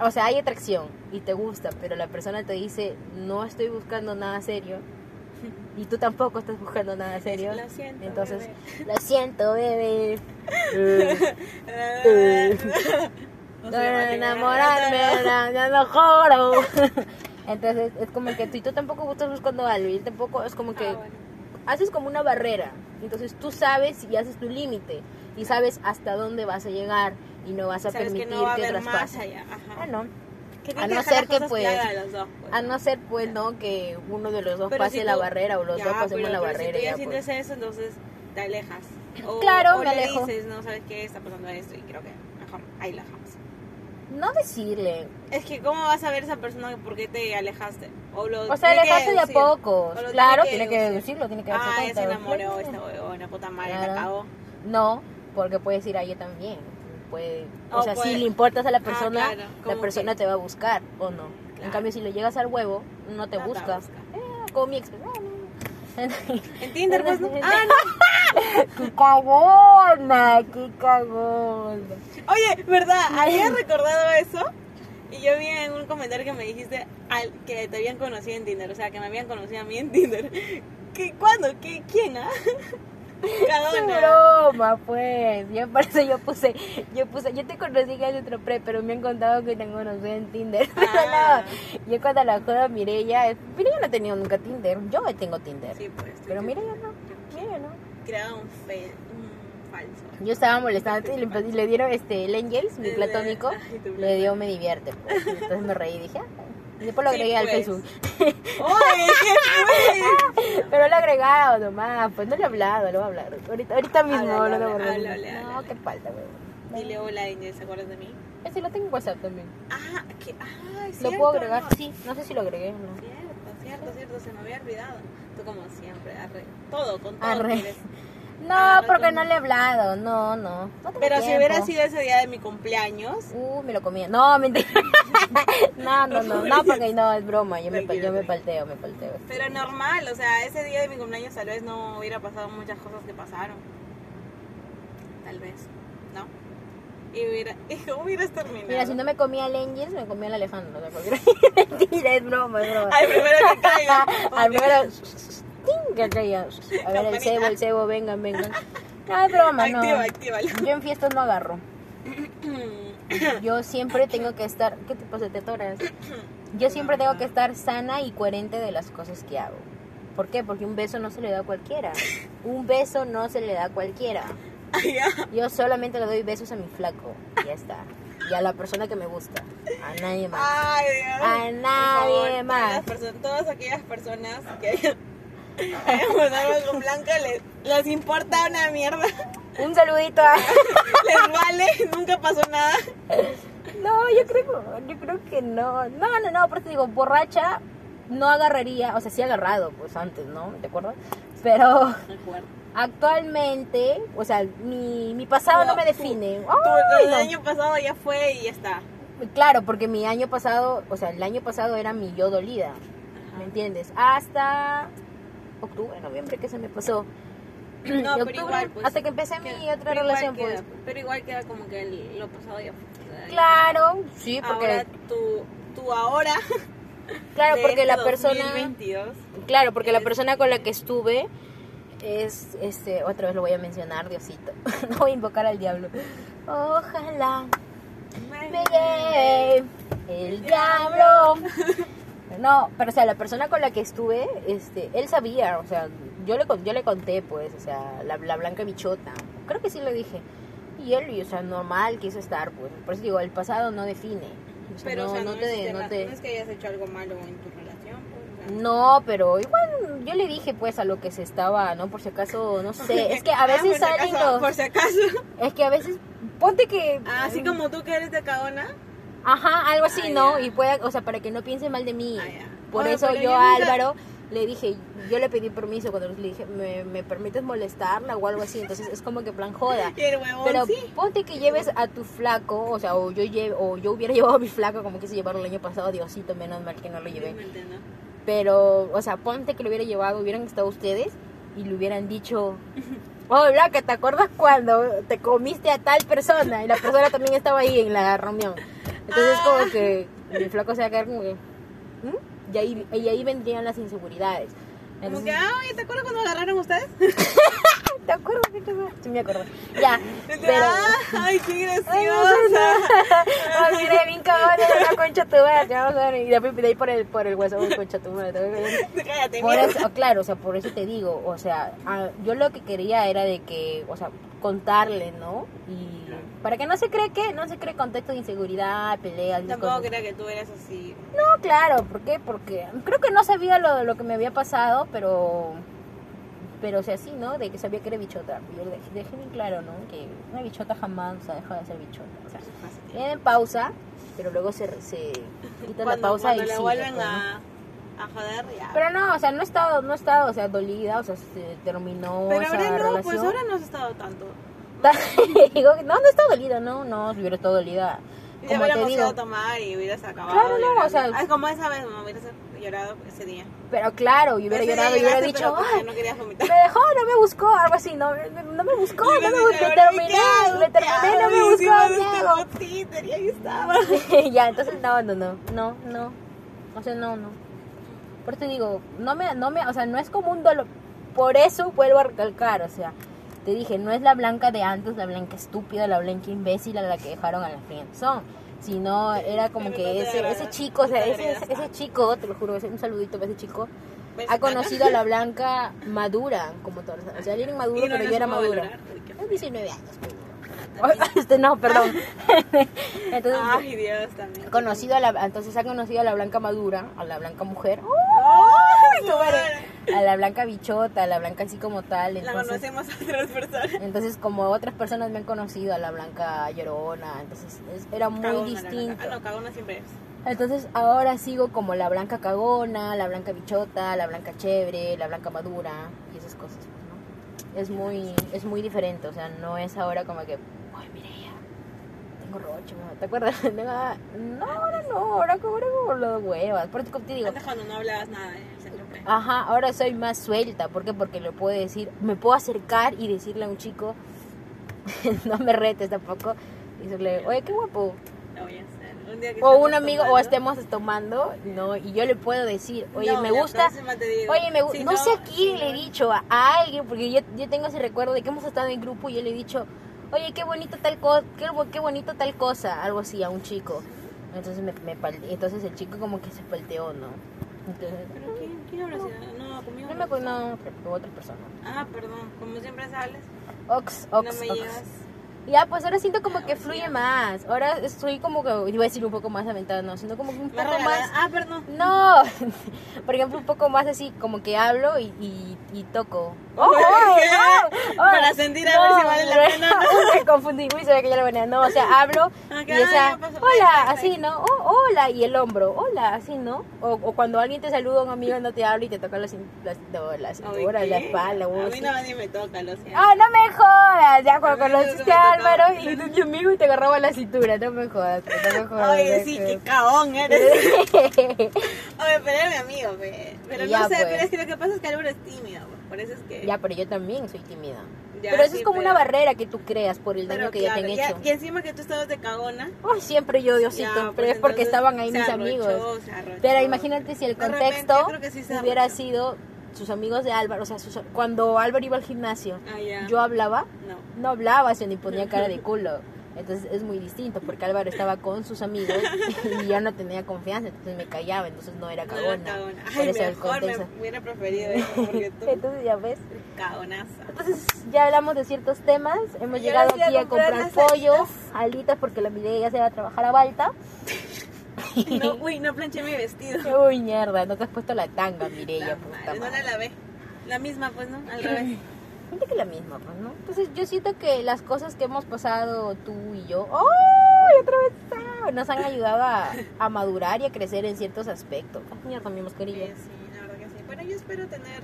[SPEAKER 1] o sea, hay atracción y te gusta, pero la persona te dice, no estoy buscando nada serio, y tú tampoco estás buscando nada serio,
[SPEAKER 2] Lo siento.
[SPEAKER 1] Entonces,
[SPEAKER 2] bebé.
[SPEAKER 1] lo siento, bebé. eh. Por
[SPEAKER 2] No se va a llegar a
[SPEAKER 1] enamorarme,
[SPEAKER 2] nada,
[SPEAKER 1] na-
[SPEAKER 2] ¿no?
[SPEAKER 1] ya lo juro. Entonces, es como que tú, y tú tampoco estás buscando algo. Y él tampoco, es como que
[SPEAKER 2] Ah, bueno.
[SPEAKER 1] haces como una barrera. Entonces, tú sabes y haces tu límite. Y sabes hasta dónde vas a llegar. Y no vas a
[SPEAKER 2] Sabes
[SPEAKER 1] permitir
[SPEAKER 2] que
[SPEAKER 1] que,
[SPEAKER 2] no va a haber
[SPEAKER 1] otras
[SPEAKER 2] más
[SPEAKER 1] pasen.
[SPEAKER 2] allá. Ajá.
[SPEAKER 1] Ah, no.
[SPEAKER 2] Que
[SPEAKER 1] A
[SPEAKER 2] tienen
[SPEAKER 1] no
[SPEAKER 2] dejar las
[SPEAKER 1] ser que
[SPEAKER 2] cosas
[SPEAKER 1] pues,
[SPEAKER 2] claras los dos, pues.
[SPEAKER 1] A no ser, pues, ¿no? Que uno de los dos
[SPEAKER 2] Pero
[SPEAKER 1] pase
[SPEAKER 2] si
[SPEAKER 1] la
[SPEAKER 2] tú-
[SPEAKER 1] barrera o los
[SPEAKER 2] Ya,
[SPEAKER 1] dos pasemos
[SPEAKER 2] pero-
[SPEAKER 1] la
[SPEAKER 2] pero
[SPEAKER 1] barrera.
[SPEAKER 2] Si tú ya
[SPEAKER 1] ya,
[SPEAKER 2] sientes
[SPEAKER 1] pues.
[SPEAKER 2] eso, entonces te alejas. O,
[SPEAKER 1] Claro,
[SPEAKER 2] o
[SPEAKER 1] me
[SPEAKER 2] le
[SPEAKER 1] alejo.
[SPEAKER 2] dices, no sabes qué está pasando esto y creo que mejor ahí la dejamos.
[SPEAKER 1] No decirle.
[SPEAKER 2] Es que cómo vas a ver esa persona que por qué te alejaste? O, lo
[SPEAKER 1] O sea,
[SPEAKER 2] Pues tiene que
[SPEAKER 1] alejarse de a
[SPEAKER 2] deducir.
[SPEAKER 1] pocos.
[SPEAKER 2] O lo
[SPEAKER 1] Claro, tiene que
[SPEAKER 2] deducir.
[SPEAKER 1] deducirlo, tiene que darse
[SPEAKER 2] Ah, ya
[SPEAKER 1] cuenta,
[SPEAKER 2] se
[SPEAKER 1] pues,
[SPEAKER 2] enamoró
[SPEAKER 1] claro.
[SPEAKER 2] esta huevona, puta madre,
[SPEAKER 1] Claro.
[SPEAKER 2] la cagó.
[SPEAKER 1] No, porque puedes ir a ella también. Puede, o
[SPEAKER 2] Oh,
[SPEAKER 1] sea, si
[SPEAKER 2] puede.
[SPEAKER 1] le importas a la persona,
[SPEAKER 2] claro,
[SPEAKER 1] la
[SPEAKER 2] como
[SPEAKER 1] persona
[SPEAKER 2] que-
[SPEAKER 1] te va a buscar o no. En
[SPEAKER 2] Claro.
[SPEAKER 1] cambio, si le llegas al huevo, no te
[SPEAKER 2] No te
[SPEAKER 1] busca.
[SPEAKER 2] busca.
[SPEAKER 1] Eh, como mi ex. ¡Qué
[SPEAKER 2] En Tinder, pues, no.
[SPEAKER 1] Una-
[SPEAKER 2] Ah, no.
[SPEAKER 1] cagona! ¡Qué cagona!
[SPEAKER 2] Oye, ¿verdad? Había recordado eso. Y yo vi en un comentario que me dijiste al, que te habían conocido en Tinder. O sea, que me habían conocido a mí en Tinder. ¿Qué, ¿Cuándo? ¿Qué, ¿Quién? Ah?
[SPEAKER 1] ¡Qué
[SPEAKER 2] Cagona.
[SPEAKER 1] broma, pues! Yo por eso yo puse, yo puse, yo te conocí que es otro pre, pero me han contado que te conocí en Tinder.
[SPEAKER 2] Ah.
[SPEAKER 1] No, yo cuando la joda Mireya, es- Mireya no ha tenido nunca Tinder, yo tengo Tinder.
[SPEAKER 2] Sí, pues.
[SPEAKER 1] Pero Mireya no, Mireya no.
[SPEAKER 2] Creaba un, fe, un falso.
[SPEAKER 1] Yo estaba molestando y le, y le dieron este, el Angels, mi
[SPEAKER 2] El-
[SPEAKER 1] platónico,
[SPEAKER 2] ay, tu
[SPEAKER 1] le dio me divierte. pues. Y Entonces me reí y dije, ah. Y después lo
[SPEAKER 2] Sí,
[SPEAKER 1] agregué al
[SPEAKER 2] pues.
[SPEAKER 1] Facebook.
[SPEAKER 2] ¡Oye, qué fue!
[SPEAKER 1] Pero lo he agregado nomás, pues no le he hablado, lo voy a hablar. Ahorita, ahorita mismo
[SPEAKER 2] Háblale,
[SPEAKER 1] lo voy a
[SPEAKER 2] háblale,
[SPEAKER 1] borrar.
[SPEAKER 2] háblale,
[SPEAKER 1] No,
[SPEAKER 2] háblale.
[SPEAKER 1] qué falta, güey.
[SPEAKER 2] Dile hola, Angel, ¿se acuerdas de mí?
[SPEAKER 1] Ese lo tengo en WhatsApp también.
[SPEAKER 2] Ah, que. Ah, es
[SPEAKER 1] ¿Lo
[SPEAKER 2] cierto,
[SPEAKER 1] puedo agregar?
[SPEAKER 2] no.
[SPEAKER 1] Sí, no sé si lo agregué o no.
[SPEAKER 2] Cierto, cierto, cierto, se me había olvidado. Tú como siempre, arre. Todo, con todo.
[SPEAKER 1] Arre.
[SPEAKER 2] quieres.
[SPEAKER 1] No,
[SPEAKER 2] Ah, lo
[SPEAKER 1] porque
[SPEAKER 2] tengo.
[SPEAKER 1] no le he hablado, no, no. no tengo
[SPEAKER 2] Pero si
[SPEAKER 1] tiempo.
[SPEAKER 2] hubiera sido ese día de mi cumpleaños,
[SPEAKER 1] Uh, me lo comía. No, mentira. no, no, no, no, porque no, es broma. Yo me, pa- yo
[SPEAKER 2] Tranquila,
[SPEAKER 1] me
[SPEAKER 2] tranquila.
[SPEAKER 1] palteo, me palteo.
[SPEAKER 2] pero normal, o sea, ese día de mi cumpleaños tal vez no hubiera pasado muchas cosas que pasaron. Tal vez, ¿no? Y hubiera, y hubieras terminado.
[SPEAKER 1] Mira, si no me comía el Angels, me comía el Alejandro. O sea, cualquier- Mentira, es broma, es broma.
[SPEAKER 2] Al primero que caiga.
[SPEAKER 1] Al primero. ¡ting! Que caiga. A ver, el
[SPEAKER 2] Campanita.
[SPEAKER 1] cebo, el cebo, vengan, vengan. No, es broma, no.
[SPEAKER 2] Activa, actívalo.
[SPEAKER 1] Yo en fiestas no agarro. Yo siempre tengo que estar. ¿Qué te pasa, te atoras? Yo siempre tengo que estar sana y coherente de las cosas que hago. ¿Por qué? Porque un beso no se le da a cualquiera. Un beso no se le da a cualquiera.
[SPEAKER 2] Ay, ya.
[SPEAKER 1] Yo solamente le doy besos a mi flaco. y Ya está. Y a la persona que me gusta. A nadie más.
[SPEAKER 2] Ay, Dios.
[SPEAKER 1] A
[SPEAKER 2] Ah,
[SPEAKER 1] nadie
[SPEAKER 2] Por todas
[SPEAKER 1] más.
[SPEAKER 2] las perso- todas aquellas personas que hayan hayan mandado algo con Blanca les, les importa una mierda.
[SPEAKER 1] Un saludito a...
[SPEAKER 2] Les vale, nunca pasó nada.
[SPEAKER 1] No, yo creo, yo creo que no. No, no, no, por eso digo, borracha no agarraría, o sea, sí he agarrado, pues antes, ¿no? ¿Te acuerdas? Pero actualmente, o sea, mi, mi pasado no me define.
[SPEAKER 2] Tu-
[SPEAKER 1] Ay,
[SPEAKER 2] tu- el
[SPEAKER 1] no.
[SPEAKER 2] año pasado ya fue y ya está.
[SPEAKER 1] Claro, porque mi año pasado, o sea, el año pasado era mi yo dolida, ¿me entiendes? Hasta octubre, noviembre, que se me pasó. De
[SPEAKER 2] No, pero
[SPEAKER 1] octubre
[SPEAKER 2] igual, pues,
[SPEAKER 1] hasta que empecé mi
[SPEAKER 2] Queda-
[SPEAKER 1] otra
[SPEAKER 2] pero igual
[SPEAKER 1] relación,
[SPEAKER 2] queda-
[SPEAKER 1] pues.
[SPEAKER 2] Pero igual queda como que el- lo pasado ya fue. O sea,
[SPEAKER 1] Claro, sí, porque,
[SPEAKER 2] Ahora tu, tu ahora.
[SPEAKER 1] claro,
[SPEAKER 2] de
[SPEAKER 1] porque
[SPEAKER 2] este
[SPEAKER 1] la persona...
[SPEAKER 2] 2022,
[SPEAKER 1] Claro, porque la
[SPEAKER 2] Es-
[SPEAKER 1] persona con la que estuve es, este, otra vez lo voy a mencionar, Diosito. No voy a invocar al diablo. Ojalá me lleve el diablo. No, pero o sea, la persona con la que estuve, este, él sabía, o sea, yo le, con- yo le conté, pues, o sea, la, la blanca bichota. Creo que sí le dije. Y él, y, o sea, normal quiso estar, pues. Por eso digo, el pasado no define. O sea,
[SPEAKER 2] Pero,
[SPEAKER 1] no,
[SPEAKER 2] o sea,
[SPEAKER 1] no
[SPEAKER 2] no,
[SPEAKER 1] te-
[SPEAKER 2] hiciste
[SPEAKER 1] no
[SPEAKER 2] nada.
[SPEAKER 1] te-
[SPEAKER 2] No es que hayas hecho algo malo en tu relación. pues, o sea.
[SPEAKER 1] no, pero igual yo le dije pues a lo que se estaba, ¿no? Por si acaso, no sé, Este, es que a
[SPEAKER 2] Ah,
[SPEAKER 1] veces
[SPEAKER 2] por si
[SPEAKER 1] salen
[SPEAKER 2] acaso,
[SPEAKER 1] los-
[SPEAKER 2] Por si acaso.
[SPEAKER 1] Es que a veces, ponte que...
[SPEAKER 2] Ah, Así como tú que eres de Cagona.
[SPEAKER 1] Ajá, algo así,
[SPEAKER 2] Ah,
[SPEAKER 1] ¿no?
[SPEAKER 2] ya.
[SPEAKER 1] Y pueda, o sea, para que no piense mal de mí.
[SPEAKER 2] Ah, ya.
[SPEAKER 1] Por
[SPEAKER 2] Bueno,
[SPEAKER 1] eso
[SPEAKER 2] pero
[SPEAKER 1] yo
[SPEAKER 2] yo
[SPEAKER 1] a
[SPEAKER 2] nunca-
[SPEAKER 1] Álvaro le dije, yo le pedí permiso cuando le dije, ¿me, me permites molestarla o algo así? Entonces es como que plan joda.
[SPEAKER 2] Y el huevón
[SPEAKER 1] Pero
[SPEAKER 2] sí.
[SPEAKER 1] ponte que lleves a tu flaco, o sea, o yo, lleve, o yo hubiera llevado a mi flaco como quise llevarlo el año pasado, Diosito, menos mal que no lo llevé.
[SPEAKER 2] Felizmente, ¿no?
[SPEAKER 1] Pero, o sea, ponte que lo hubiera llevado, hubieran estado ustedes y le hubieran dicho, oh, Blanca, ¿te acuerdas cuando te comiste a tal persona? Y la persona también estaba ahí en la reunión. Entonces, como que el flaco se va a quedar como que, "¿Mm?". y, ahí, y ahí vendrían las inseguridades.
[SPEAKER 2] Como
[SPEAKER 1] Entonces,
[SPEAKER 2] que, ah, oye, ¿te acuerdas cuando agarraron ustedes?
[SPEAKER 1] ¿Te acuerdas qué cosa? sí me acordé. Ya, pero...
[SPEAKER 2] "Ah, Ay, qué
[SPEAKER 1] Ay, no, no, no.
[SPEAKER 2] graciosa.
[SPEAKER 1] Ah, mira, bien cabrón, era una concha tu madre, te vamos a dar- Y de de ahí por el, por el hueso, una concha tu madre. te voy a dar-
[SPEAKER 2] Cállate,
[SPEAKER 1] Por
[SPEAKER 2] mierda.
[SPEAKER 1] eso, oh, claro, o sea, por eso te digo, o sea, a- yo lo que quería era de que, o sea, contarle, ¿no? Y para que no se cree que, no se cree contexto de inseguridad, peleas, esas
[SPEAKER 2] Tampoco
[SPEAKER 1] cosas.
[SPEAKER 2] creo que tú eras así.
[SPEAKER 1] No, claro, ¿por qué? Porque creo que no sabía lo, lo que me había pasado, pero, pero o sea, sí, ¿no? De que sabía que era bichota. Y yo dejé, dejé bien claro, ¿no? Que una bichota jamás, o sea, deja de ser bichota. O sea, viene en pausa, pero luego se, se quita la
[SPEAKER 2] Cuando,
[SPEAKER 1] pausa
[SPEAKER 2] cuando
[SPEAKER 1] y
[SPEAKER 2] la
[SPEAKER 1] sigue,
[SPEAKER 2] vuelven
[SPEAKER 1] pues, ¿no?
[SPEAKER 2] a, a joder, ya.
[SPEAKER 1] Pero no, o sea, no he estado, no he estado, o sea, dolida, o sea, se terminó
[SPEAKER 2] Pero
[SPEAKER 1] esa
[SPEAKER 2] ahora no,
[SPEAKER 1] relación.
[SPEAKER 2] pues ahora no has estado tanto.
[SPEAKER 1] Digo, no, no he estado dolida, no, no, si hubiera estado dolida, como
[SPEAKER 2] Ya
[SPEAKER 1] te
[SPEAKER 2] hubiéramos ido
[SPEAKER 1] digo.
[SPEAKER 2] a tomar y hubieras acabado.
[SPEAKER 1] Claro, no,
[SPEAKER 2] llorando.
[SPEAKER 1] o sea-
[SPEAKER 2] Ay, como esa vez, no hubieras llorado ese día.
[SPEAKER 1] Pero claro, yo hubiera
[SPEAKER 2] Ese día
[SPEAKER 1] llorado y hubiera
[SPEAKER 2] lloraste,
[SPEAKER 1] dicho,
[SPEAKER 2] pero porque
[SPEAKER 1] "Ay,
[SPEAKER 2] no querías vomitar.
[SPEAKER 1] me dejó, no me buscó, algo así, no, no me buscó,
[SPEAKER 2] Y
[SPEAKER 1] no me
[SPEAKER 2] me
[SPEAKER 1] buscó,
[SPEAKER 2] lloré,
[SPEAKER 1] terminé,
[SPEAKER 2] ya,
[SPEAKER 1] le terminé, no me
[SPEAKER 2] ya, encima de este
[SPEAKER 1] buscó,
[SPEAKER 2] botín, y ahí estaba.
[SPEAKER 1] Diego. ya, entonces no, no, no, no, no, o sea, no, no. Por eso digo, no me, no me, o sea, no es como un dolor, por eso vuelvo a recalcar, o sea, te dije, no es la blanca de antes, la blanca estúpida, la blanca imbécil a la que dejaron a la friendzone, sino era como
[SPEAKER 2] Pero no te
[SPEAKER 1] que ese,
[SPEAKER 2] agradas,
[SPEAKER 1] ese chico, o
[SPEAKER 2] no
[SPEAKER 1] sea,
[SPEAKER 2] te
[SPEAKER 1] ese,
[SPEAKER 2] agradas.
[SPEAKER 1] ese chico, te lo juro, ese- un saludito para ese chico,
[SPEAKER 2] Pues,
[SPEAKER 1] ha conocido a la blanca madura, como todos. O sea, él era
[SPEAKER 2] Y
[SPEAKER 1] inmaduro,
[SPEAKER 2] no,
[SPEAKER 1] pero
[SPEAKER 2] no
[SPEAKER 1] yo era
[SPEAKER 2] supo
[SPEAKER 1] madura.
[SPEAKER 2] valorar, uy, qué
[SPEAKER 1] Es 19 años. pues. Este no, perdón. Entonces,
[SPEAKER 2] Ay, Dios, también.
[SPEAKER 1] ha conocido a la, entonces ha conocido a la blanca madura, a la blanca mujer,
[SPEAKER 2] ¡Ay, su
[SPEAKER 1] madre!
[SPEAKER 2] madre!
[SPEAKER 1] a la blanca bichota, a la blanca así como tal.
[SPEAKER 2] La
[SPEAKER 1] Entonces,
[SPEAKER 2] conocemos a otras personas.
[SPEAKER 1] entonces como otras personas me han conocido, a la blanca llorona, entonces es- era muy
[SPEAKER 2] Cagona, la verdad.
[SPEAKER 1] distinto.
[SPEAKER 2] Ah, no, cagona siempre es.
[SPEAKER 1] Entonces ahora sigo como la blanca cagona, la blanca bichota, la blanca chévere, la blanca madura y esas cosas, pues, ¿no? Es muy, es muy diferente, o sea, no es ahora como que, ay, mire, tengo roche, ¿no? ¿te acuerdas? Tengo- No, ahora no, ahora como ahora como lo de huevas, por eso como te digo, Ah.
[SPEAKER 2] Antes cuando no hablabas nada en el centro pre.
[SPEAKER 1] ajá, ahora soy más suelta, ¿por qué? Porque le puedo decir, me puedo acercar y decirle a un chico, no me retes tampoco, y decirle, oye, qué guapo,
[SPEAKER 2] Lo voy a hacer. Un día que
[SPEAKER 1] o
[SPEAKER 2] estemos
[SPEAKER 1] un amigo o
[SPEAKER 2] tomando-
[SPEAKER 1] estemos tomando no y yo le puedo decir oye
[SPEAKER 2] No,
[SPEAKER 1] me
[SPEAKER 2] la
[SPEAKER 1] gusta
[SPEAKER 2] próxima te digo.
[SPEAKER 1] oye me gusta
[SPEAKER 2] Si
[SPEAKER 1] no, sé a quién
[SPEAKER 2] si
[SPEAKER 1] le he
[SPEAKER 2] no-
[SPEAKER 1] dicho a, a alguien porque yo, yo tengo ese recuerdo de que hemos estado en grupo y yo le he dicho oye qué bonito tal cosa qué, bo- qué bonito tal cosa algo así a un chico entonces me, me pal- entonces el chico como que se palteó no entonces
[SPEAKER 2] ¿Pero quién, quién habrá sido? No, conmigo.
[SPEAKER 1] no me acuerdo no, con otra persona
[SPEAKER 2] Ah, perdón. Como siempre sales,
[SPEAKER 1] ox
[SPEAKER 2] no
[SPEAKER 1] ox
[SPEAKER 2] me
[SPEAKER 1] ox
[SPEAKER 2] llevas.
[SPEAKER 1] ya pues ahora siento como que fluye más ahora estoy como que iba a decir un poco más aventada no sino como que un
[SPEAKER 2] Más
[SPEAKER 1] poco
[SPEAKER 2] regalada.
[SPEAKER 1] más
[SPEAKER 2] Ah, perdón.
[SPEAKER 1] No, por ejemplo, un poco más así, como que hablo y, y, y toco. ¡Oh!
[SPEAKER 2] Oh, ¿qué? Para sentir a ver si vale la pena,
[SPEAKER 1] ¿no? Me confundí, uy, se ve que ya lo venía. No, o sea, hablo
[SPEAKER 2] Ok,
[SPEAKER 1] y o sea,
[SPEAKER 2] ya pasó.
[SPEAKER 1] hola, así, ¿no? Oh, hola, y el hombro, hola, así, ¿no? O, o cuando alguien te saluda, un amigo no te habla y te toca la cin- la cintura, la, cintura,
[SPEAKER 2] Ay,
[SPEAKER 1] la
[SPEAKER 2] ¿qué?
[SPEAKER 1] espalda, o
[SPEAKER 2] A mí
[SPEAKER 1] así.
[SPEAKER 2] no nadie me toca, lo siento.
[SPEAKER 1] Ah, no me jodas, ya cuando
[SPEAKER 2] A mí no
[SPEAKER 1] conociste
[SPEAKER 2] me
[SPEAKER 1] a
[SPEAKER 2] tocaba.
[SPEAKER 1] Álvaro y tu amigo y te agarraba la cintura, no me jodas, no me jodas.
[SPEAKER 2] Oye,
[SPEAKER 1] no
[SPEAKER 2] sí,
[SPEAKER 1] me
[SPEAKER 2] qué caón eres.
[SPEAKER 1] jodas.
[SPEAKER 2] Oye, pero era mi amigo, pe. Pero
[SPEAKER 1] Ya,
[SPEAKER 2] no sé,
[SPEAKER 1] pues.
[SPEAKER 2] pero es que lo que pasa es que Álvaro es tímido, pues, por eso es que...
[SPEAKER 1] Ya, pero yo también soy tímida.
[SPEAKER 2] Ya,
[SPEAKER 1] pero eso
[SPEAKER 2] sí,
[SPEAKER 1] es como
[SPEAKER 2] pero-
[SPEAKER 1] una barrera que tú creas por el daño
[SPEAKER 2] Pero
[SPEAKER 1] que
[SPEAKER 2] claro,
[SPEAKER 1] ya te
[SPEAKER 2] ya-
[SPEAKER 1] han
[SPEAKER 2] y
[SPEAKER 1] hecho.
[SPEAKER 2] encima que tú estabas de cagona.
[SPEAKER 1] Ay, siempre yo, Diosito,
[SPEAKER 2] ya,
[SPEAKER 1] pero
[SPEAKER 2] pues,
[SPEAKER 1] es porque
[SPEAKER 2] entonces
[SPEAKER 1] estaban ahí
[SPEAKER 2] se
[SPEAKER 1] mis
[SPEAKER 2] arrochó,
[SPEAKER 1] amigos.
[SPEAKER 2] se arrochó.
[SPEAKER 1] Pero imagínate si el
[SPEAKER 2] De repente,
[SPEAKER 1] contexto
[SPEAKER 2] yo creo que sí se
[SPEAKER 1] hubiera
[SPEAKER 2] arrochó.
[SPEAKER 1] sido sus amigos de Álvaro, o sea, sus- cuando Álvaro iba al gimnasio,
[SPEAKER 2] Ah, ya.
[SPEAKER 1] yo hablaba,
[SPEAKER 2] No.
[SPEAKER 1] no hablaba, se ni ponía cara de culo. Entonces es muy distinto, porque Álvaro estaba con sus amigos y yo no tenía confianza, entonces me callaba, entonces no era
[SPEAKER 2] No era
[SPEAKER 1] cagona.
[SPEAKER 2] cagona.
[SPEAKER 1] Por
[SPEAKER 2] Ay,
[SPEAKER 1] eso el
[SPEAKER 2] mejor
[SPEAKER 1] contexto.
[SPEAKER 2] me hubiera preferido eso porque tú eres
[SPEAKER 1] Entonces ya ves.
[SPEAKER 2] cagonaza.
[SPEAKER 1] Entonces ya hablamos de ciertos temas, hemos
[SPEAKER 2] Y ahora
[SPEAKER 1] llegado
[SPEAKER 2] sí a
[SPEAKER 1] aquí a
[SPEAKER 2] comprar
[SPEAKER 1] comprar
[SPEAKER 2] las
[SPEAKER 1] pollo,
[SPEAKER 2] alitas.
[SPEAKER 1] alitas porque la Mireia ya se va a trabajar a Balta.
[SPEAKER 2] No, uy, no planché mi vestido.
[SPEAKER 1] Uy, mierda, no te has puesto la tanga, Mireia,
[SPEAKER 2] La
[SPEAKER 1] puta
[SPEAKER 2] madre, no
[SPEAKER 1] madre.
[SPEAKER 2] la lavé. La misma, pues, ¿no? Al revés.
[SPEAKER 1] Gente que la misma, pues, ¿no? Entonces yo siento que las cosas que hemos pasado tú y yo, ¡oh! otra vez ah, nos han ayudado a, a madurar y a crecer en ciertos aspectos. Ay, mierda, mi mascarilla.
[SPEAKER 2] Sí, sí, la verdad que sí. Bueno, yo espero tener...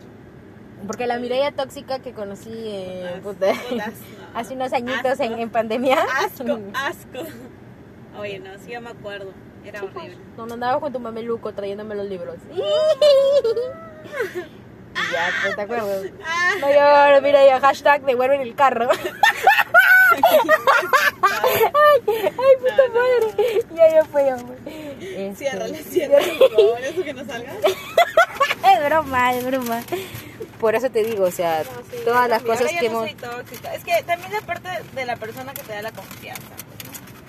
[SPEAKER 1] Porque la Mireia tóxica que conocí eh,
[SPEAKER 2] Putas,
[SPEAKER 1] puta,
[SPEAKER 2] putas, no.
[SPEAKER 1] hace unos añitos en,
[SPEAKER 2] Asco.
[SPEAKER 1] en pandemia.
[SPEAKER 2] Asco, asco. Oye, no, sí, yo me acuerdo. Era horrible.
[SPEAKER 1] Cuando andaba con tu mameluco trayéndome los libros. Y ya, pues, te acuerdas.
[SPEAKER 2] Ah,
[SPEAKER 1] No lloro, mira ya, hashtag devuelven el carro. ay, ay, puta
[SPEAKER 2] No, no,
[SPEAKER 1] madre. Ya, ya fue, ya fue. Este,
[SPEAKER 2] ciérrale, ciérrale, por favor, eso que no salga.
[SPEAKER 1] Es broma, es broma. Por eso te digo, o sea,
[SPEAKER 2] No, sí,
[SPEAKER 1] todas las
[SPEAKER 2] cambio. Ahora
[SPEAKER 1] cosas
[SPEAKER 2] ya
[SPEAKER 1] que hemos...
[SPEAKER 2] no soy tóxica. Es que también la parte de la persona que te da la confianza.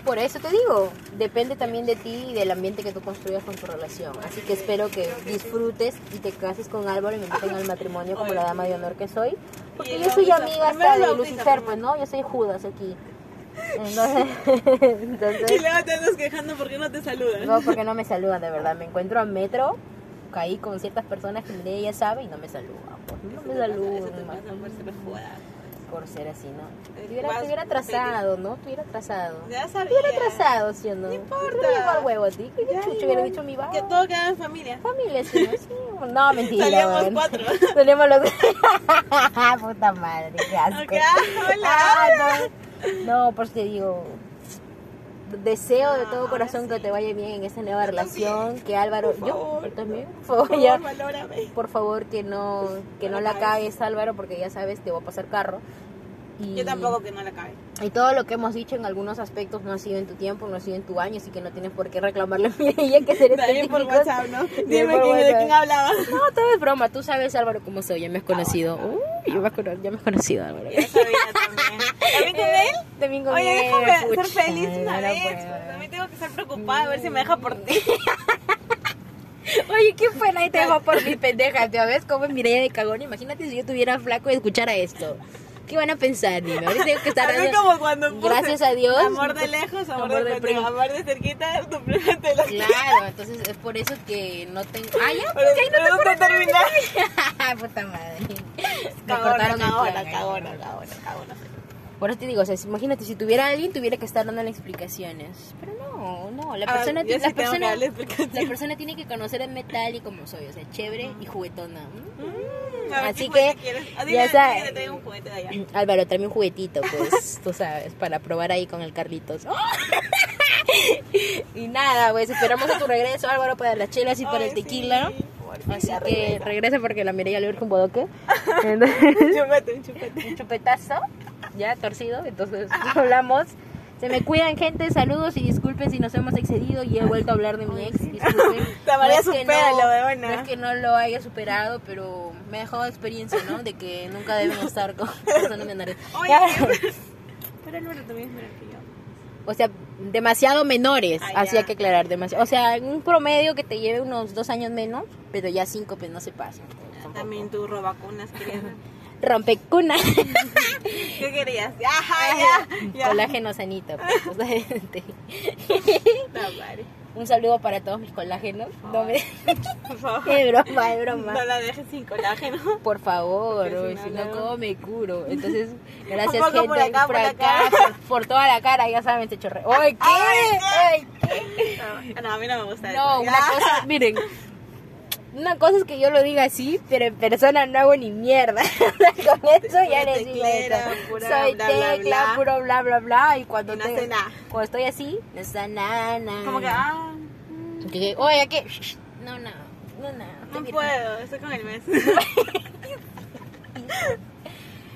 [SPEAKER 1] Por eso te digo, depende también de ti y del ambiente que tú construyas con tu relación. Así que espero que disfrutes y te cases con Álvaro y me inviten al matrimonio como la dama de honor que soy.
[SPEAKER 2] Y
[SPEAKER 1] Porque
[SPEAKER 2] el
[SPEAKER 1] yo soy
[SPEAKER 2] bautizo.
[SPEAKER 1] amiga
[SPEAKER 2] Primero
[SPEAKER 1] hasta
[SPEAKER 2] el
[SPEAKER 1] de
[SPEAKER 2] bautizo,
[SPEAKER 1] Lucifer, pues
[SPEAKER 2] primero.
[SPEAKER 1] no, yo soy Judas aquí. Entonces, entonces-
[SPEAKER 2] Y luego te andas quejando porque no te saludan.
[SPEAKER 1] no, porque no me saludan de verdad. Me encuentro a metro, caí con ciertas personas que mi ley ya sabe y no me saludan. Pues no me
[SPEAKER 2] Eso te
[SPEAKER 1] saludan.
[SPEAKER 2] pasa por
[SPEAKER 1] imagínate,
[SPEAKER 2] ser jugada.
[SPEAKER 1] Por ser así, ¿no?
[SPEAKER 2] Eh,
[SPEAKER 1] Te hubiera,
[SPEAKER 2] vas
[SPEAKER 1] te hubiera
[SPEAKER 2] feliz.
[SPEAKER 1] atrasado, ¿no? Te hubiera atrasado.
[SPEAKER 2] Ya sabía.
[SPEAKER 1] Estuviera atrasado, ¿sí o no?
[SPEAKER 2] No importa.
[SPEAKER 1] Yo le llevo al huevo a ti. ¿Qué
[SPEAKER 2] Ya,
[SPEAKER 1] chucho
[SPEAKER 2] igual.
[SPEAKER 1] hubiera dicho mi baba?
[SPEAKER 2] Que todo queda en familia.
[SPEAKER 1] Familia, sí, ¿no? Sí, No, mentira.
[SPEAKER 2] Salíamos
[SPEAKER 1] weón.
[SPEAKER 2] cuatro.
[SPEAKER 1] Salíamos los Puta madre, qué asco.
[SPEAKER 2] Acá, hola.
[SPEAKER 1] Ah, no. no, por eso te digo. Deseo de
[SPEAKER 2] No,
[SPEAKER 1] todo
[SPEAKER 2] ahora
[SPEAKER 1] corazón que
[SPEAKER 2] Ah, sí.
[SPEAKER 1] te vaya bien en esta nueva
[SPEAKER 2] Yo también.
[SPEAKER 1] relación. Que Álvaro.
[SPEAKER 2] Por
[SPEAKER 1] yo
[SPEAKER 2] favor.
[SPEAKER 1] también. Por
[SPEAKER 2] Por
[SPEAKER 1] favor,
[SPEAKER 2] favor,
[SPEAKER 1] ya.
[SPEAKER 2] valórame.
[SPEAKER 1] Por favor, que no, que
[SPEAKER 2] No
[SPEAKER 1] no
[SPEAKER 2] la
[SPEAKER 1] la cagues, Álvaro, porque ya sabes, te voy a pasar carro. Y...
[SPEAKER 2] Yo tampoco que no la cabe.
[SPEAKER 1] Y todo lo que hemos dicho en algunos aspectos no ha sido en tu tiempo, no ha sido en tu año, así que no tienes por qué reclamarle a Mireia que ser
[SPEAKER 2] También por
[SPEAKER 1] específicos.
[SPEAKER 2] WhatsApp, ¿no?
[SPEAKER 1] Bien
[SPEAKER 2] Dime
[SPEAKER 1] por
[SPEAKER 2] quién, de
[SPEAKER 1] WhatsApp.
[SPEAKER 2] quién hablaba.
[SPEAKER 1] No, todo es broma. Tú sabes, Álvaro, cómo soy. Ya me has conocido. Uy, ya me has cono- ya me has conocido, Álvaro.
[SPEAKER 2] Ya sabía también. ¿También con él?
[SPEAKER 1] También con
[SPEAKER 2] Oye,
[SPEAKER 1] él,
[SPEAKER 2] déjame
[SPEAKER 1] pucha,
[SPEAKER 2] ser feliz una
[SPEAKER 1] ahora
[SPEAKER 2] vez.
[SPEAKER 1] pues.
[SPEAKER 2] pues, También tengo que estar preocupada a ver si me deja por ti.
[SPEAKER 1] Oye, qué pena y te va por mi pendeja. ¿Te ves cómo es Mireia de cagón? Imagínate si yo tuviera flaco y escuchara esto. ¿Qué van a pensar? Dime. Ahorita tengo que estar...
[SPEAKER 2] A mí como cuando puse
[SPEAKER 1] Gracias a Dios.
[SPEAKER 2] Amor de lejos, amor, de,
[SPEAKER 1] primo.
[SPEAKER 2] lejos, amor de cerquita, suplemento la
[SPEAKER 1] Claro, entonces es por eso que no tengo... Ah, ya,
[SPEAKER 2] Pero
[SPEAKER 1] ya,
[SPEAKER 2] no te terminar.
[SPEAKER 1] Puta madre. Me
[SPEAKER 2] Cagona,
[SPEAKER 1] cortaron el
[SPEAKER 2] cagona,
[SPEAKER 1] plan,
[SPEAKER 2] cagona,
[SPEAKER 1] eh.
[SPEAKER 2] cagona, cagona.
[SPEAKER 1] Por eso te digo, o sea, si- imagínate, si tuviera alguien, tuviera que estar dándole explicaciones. Pero no, no, la
[SPEAKER 2] Ah,
[SPEAKER 1] persona,
[SPEAKER 2] yo
[SPEAKER 1] la,
[SPEAKER 2] sí tengo que
[SPEAKER 1] persona
[SPEAKER 2] darle explicaciones.
[SPEAKER 1] la persona tiene que conocer en metal y como soy, o sea, chévere y juguetona. ¿m?
[SPEAKER 2] Mm, a ver,
[SPEAKER 1] Así
[SPEAKER 2] ¿qué juguete
[SPEAKER 1] que,
[SPEAKER 2] quieres?
[SPEAKER 1] ya
[SPEAKER 2] Ah, dime,
[SPEAKER 1] sabes.
[SPEAKER 2] dime que tengo un juguete de allá.
[SPEAKER 1] Álvaro, tráeme un juguetito, pues, tú sabes, para probar ahí con el Carlitos. ¡Oh! y nada, pues, esperamos a tu regreso, Álvaro, para las chelas y para
[SPEAKER 2] Ay,
[SPEAKER 1] el tequila.
[SPEAKER 2] sí, por fin
[SPEAKER 1] Así
[SPEAKER 2] ya
[SPEAKER 1] que
[SPEAKER 2] regresa.
[SPEAKER 1] regresa porque la Mireia le urge un bodoque.
[SPEAKER 2] Chúpate, chúpate.
[SPEAKER 1] un chupetazo, ya torcido, entonces hablamos. Se me cuidan gente, saludos y disculpen si nos hemos excedido y he vuelto a hablar de mi ex, disculpen.
[SPEAKER 2] Tamaría,
[SPEAKER 1] que
[SPEAKER 2] supéralo,
[SPEAKER 1] no,
[SPEAKER 2] huevona.
[SPEAKER 1] es que no lo haya superado, pero me ha dejado experiencia, ¿no? De que nunca deben estar con personas menores.
[SPEAKER 2] Oye, pero Álvaro también es menor que yo.
[SPEAKER 1] O sea, demasiado menores,
[SPEAKER 2] Ah,
[SPEAKER 1] así
[SPEAKER 2] ya.
[SPEAKER 1] hay que aclarar, demasiado. O sea, un promedio que te lleve unos dos años menos, pero ya cinco, pues no se pasa.
[SPEAKER 2] También tú robacunas, querías.
[SPEAKER 1] Rompecuna.
[SPEAKER 2] ¿Qué querías? Ajá, ya, ya.
[SPEAKER 1] Colágeno sanito. pues, o sea, gente.
[SPEAKER 2] Tamaría.
[SPEAKER 1] Un saludo para todos mis colágenos. No me...
[SPEAKER 2] Por favor.
[SPEAKER 1] es broma, es broma.
[SPEAKER 2] No la dejes sin colágeno.
[SPEAKER 1] Por favor,
[SPEAKER 2] Porque
[SPEAKER 1] uy,
[SPEAKER 2] si
[SPEAKER 1] si no,
[SPEAKER 2] no, no.
[SPEAKER 1] ¿cómo me curo? Entonces, gracias,
[SPEAKER 2] Un poco
[SPEAKER 1] gente.
[SPEAKER 2] por acá, por acá.
[SPEAKER 1] por, por toda la cara, ya saben, se chorre. ¡Ay, qué!
[SPEAKER 2] Ay,
[SPEAKER 1] ¡Ay,
[SPEAKER 2] No, no, a mí no me gusta
[SPEAKER 1] qué!
[SPEAKER 2] eso.
[SPEAKER 1] No, una cosa, miren. Una cosa es que yo lo diga así, pero en persona no hago ni mierda. Con eso ya
[SPEAKER 2] Soy
[SPEAKER 1] les digo.
[SPEAKER 2] teclera,
[SPEAKER 1] esto.
[SPEAKER 2] pura
[SPEAKER 1] Soy
[SPEAKER 2] bla, bla,
[SPEAKER 1] tecla,
[SPEAKER 2] bla.
[SPEAKER 1] puro bla, bla, bla. Y cuando,
[SPEAKER 2] Y no
[SPEAKER 1] te-
[SPEAKER 2] hace nada.
[SPEAKER 1] cuando estoy así, no está nada, nada.
[SPEAKER 2] Como que, ah,
[SPEAKER 1] Que, Oye, ¿qué? No, no, no, no.
[SPEAKER 2] no
[SPEAKER 1] Mira.
[SPEAKER 2] puedo, estoy con el mes.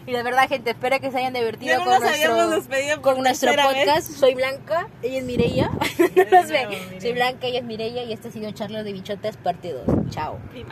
[SPEAKER 1] Y de verdad, gente, espero que se hayan divertido
[SPEAKER 2] Ya no
[SPEAKER 1] con
[SPEAKER 2] nos
[SPEAKER 1] nuestro,
[SPEAKER 2] habíamos despedido por
[SPEAKER 1] con nuestro
[SPEAKER 2] tercera vez.
[SPEAKER 1] podcast. Soy Blanca, ella es Mireia. no
[SPEAKER 2] Mireia,
[SPEAKER 1] sé.
[SPEAKER 2] Mireia.
[SPEAKER 1] Soy Blanca, ella es Mireia y este ha sido Charlas de Bichotas, parte 2. Chao.
[SPEAKER 2] Prima.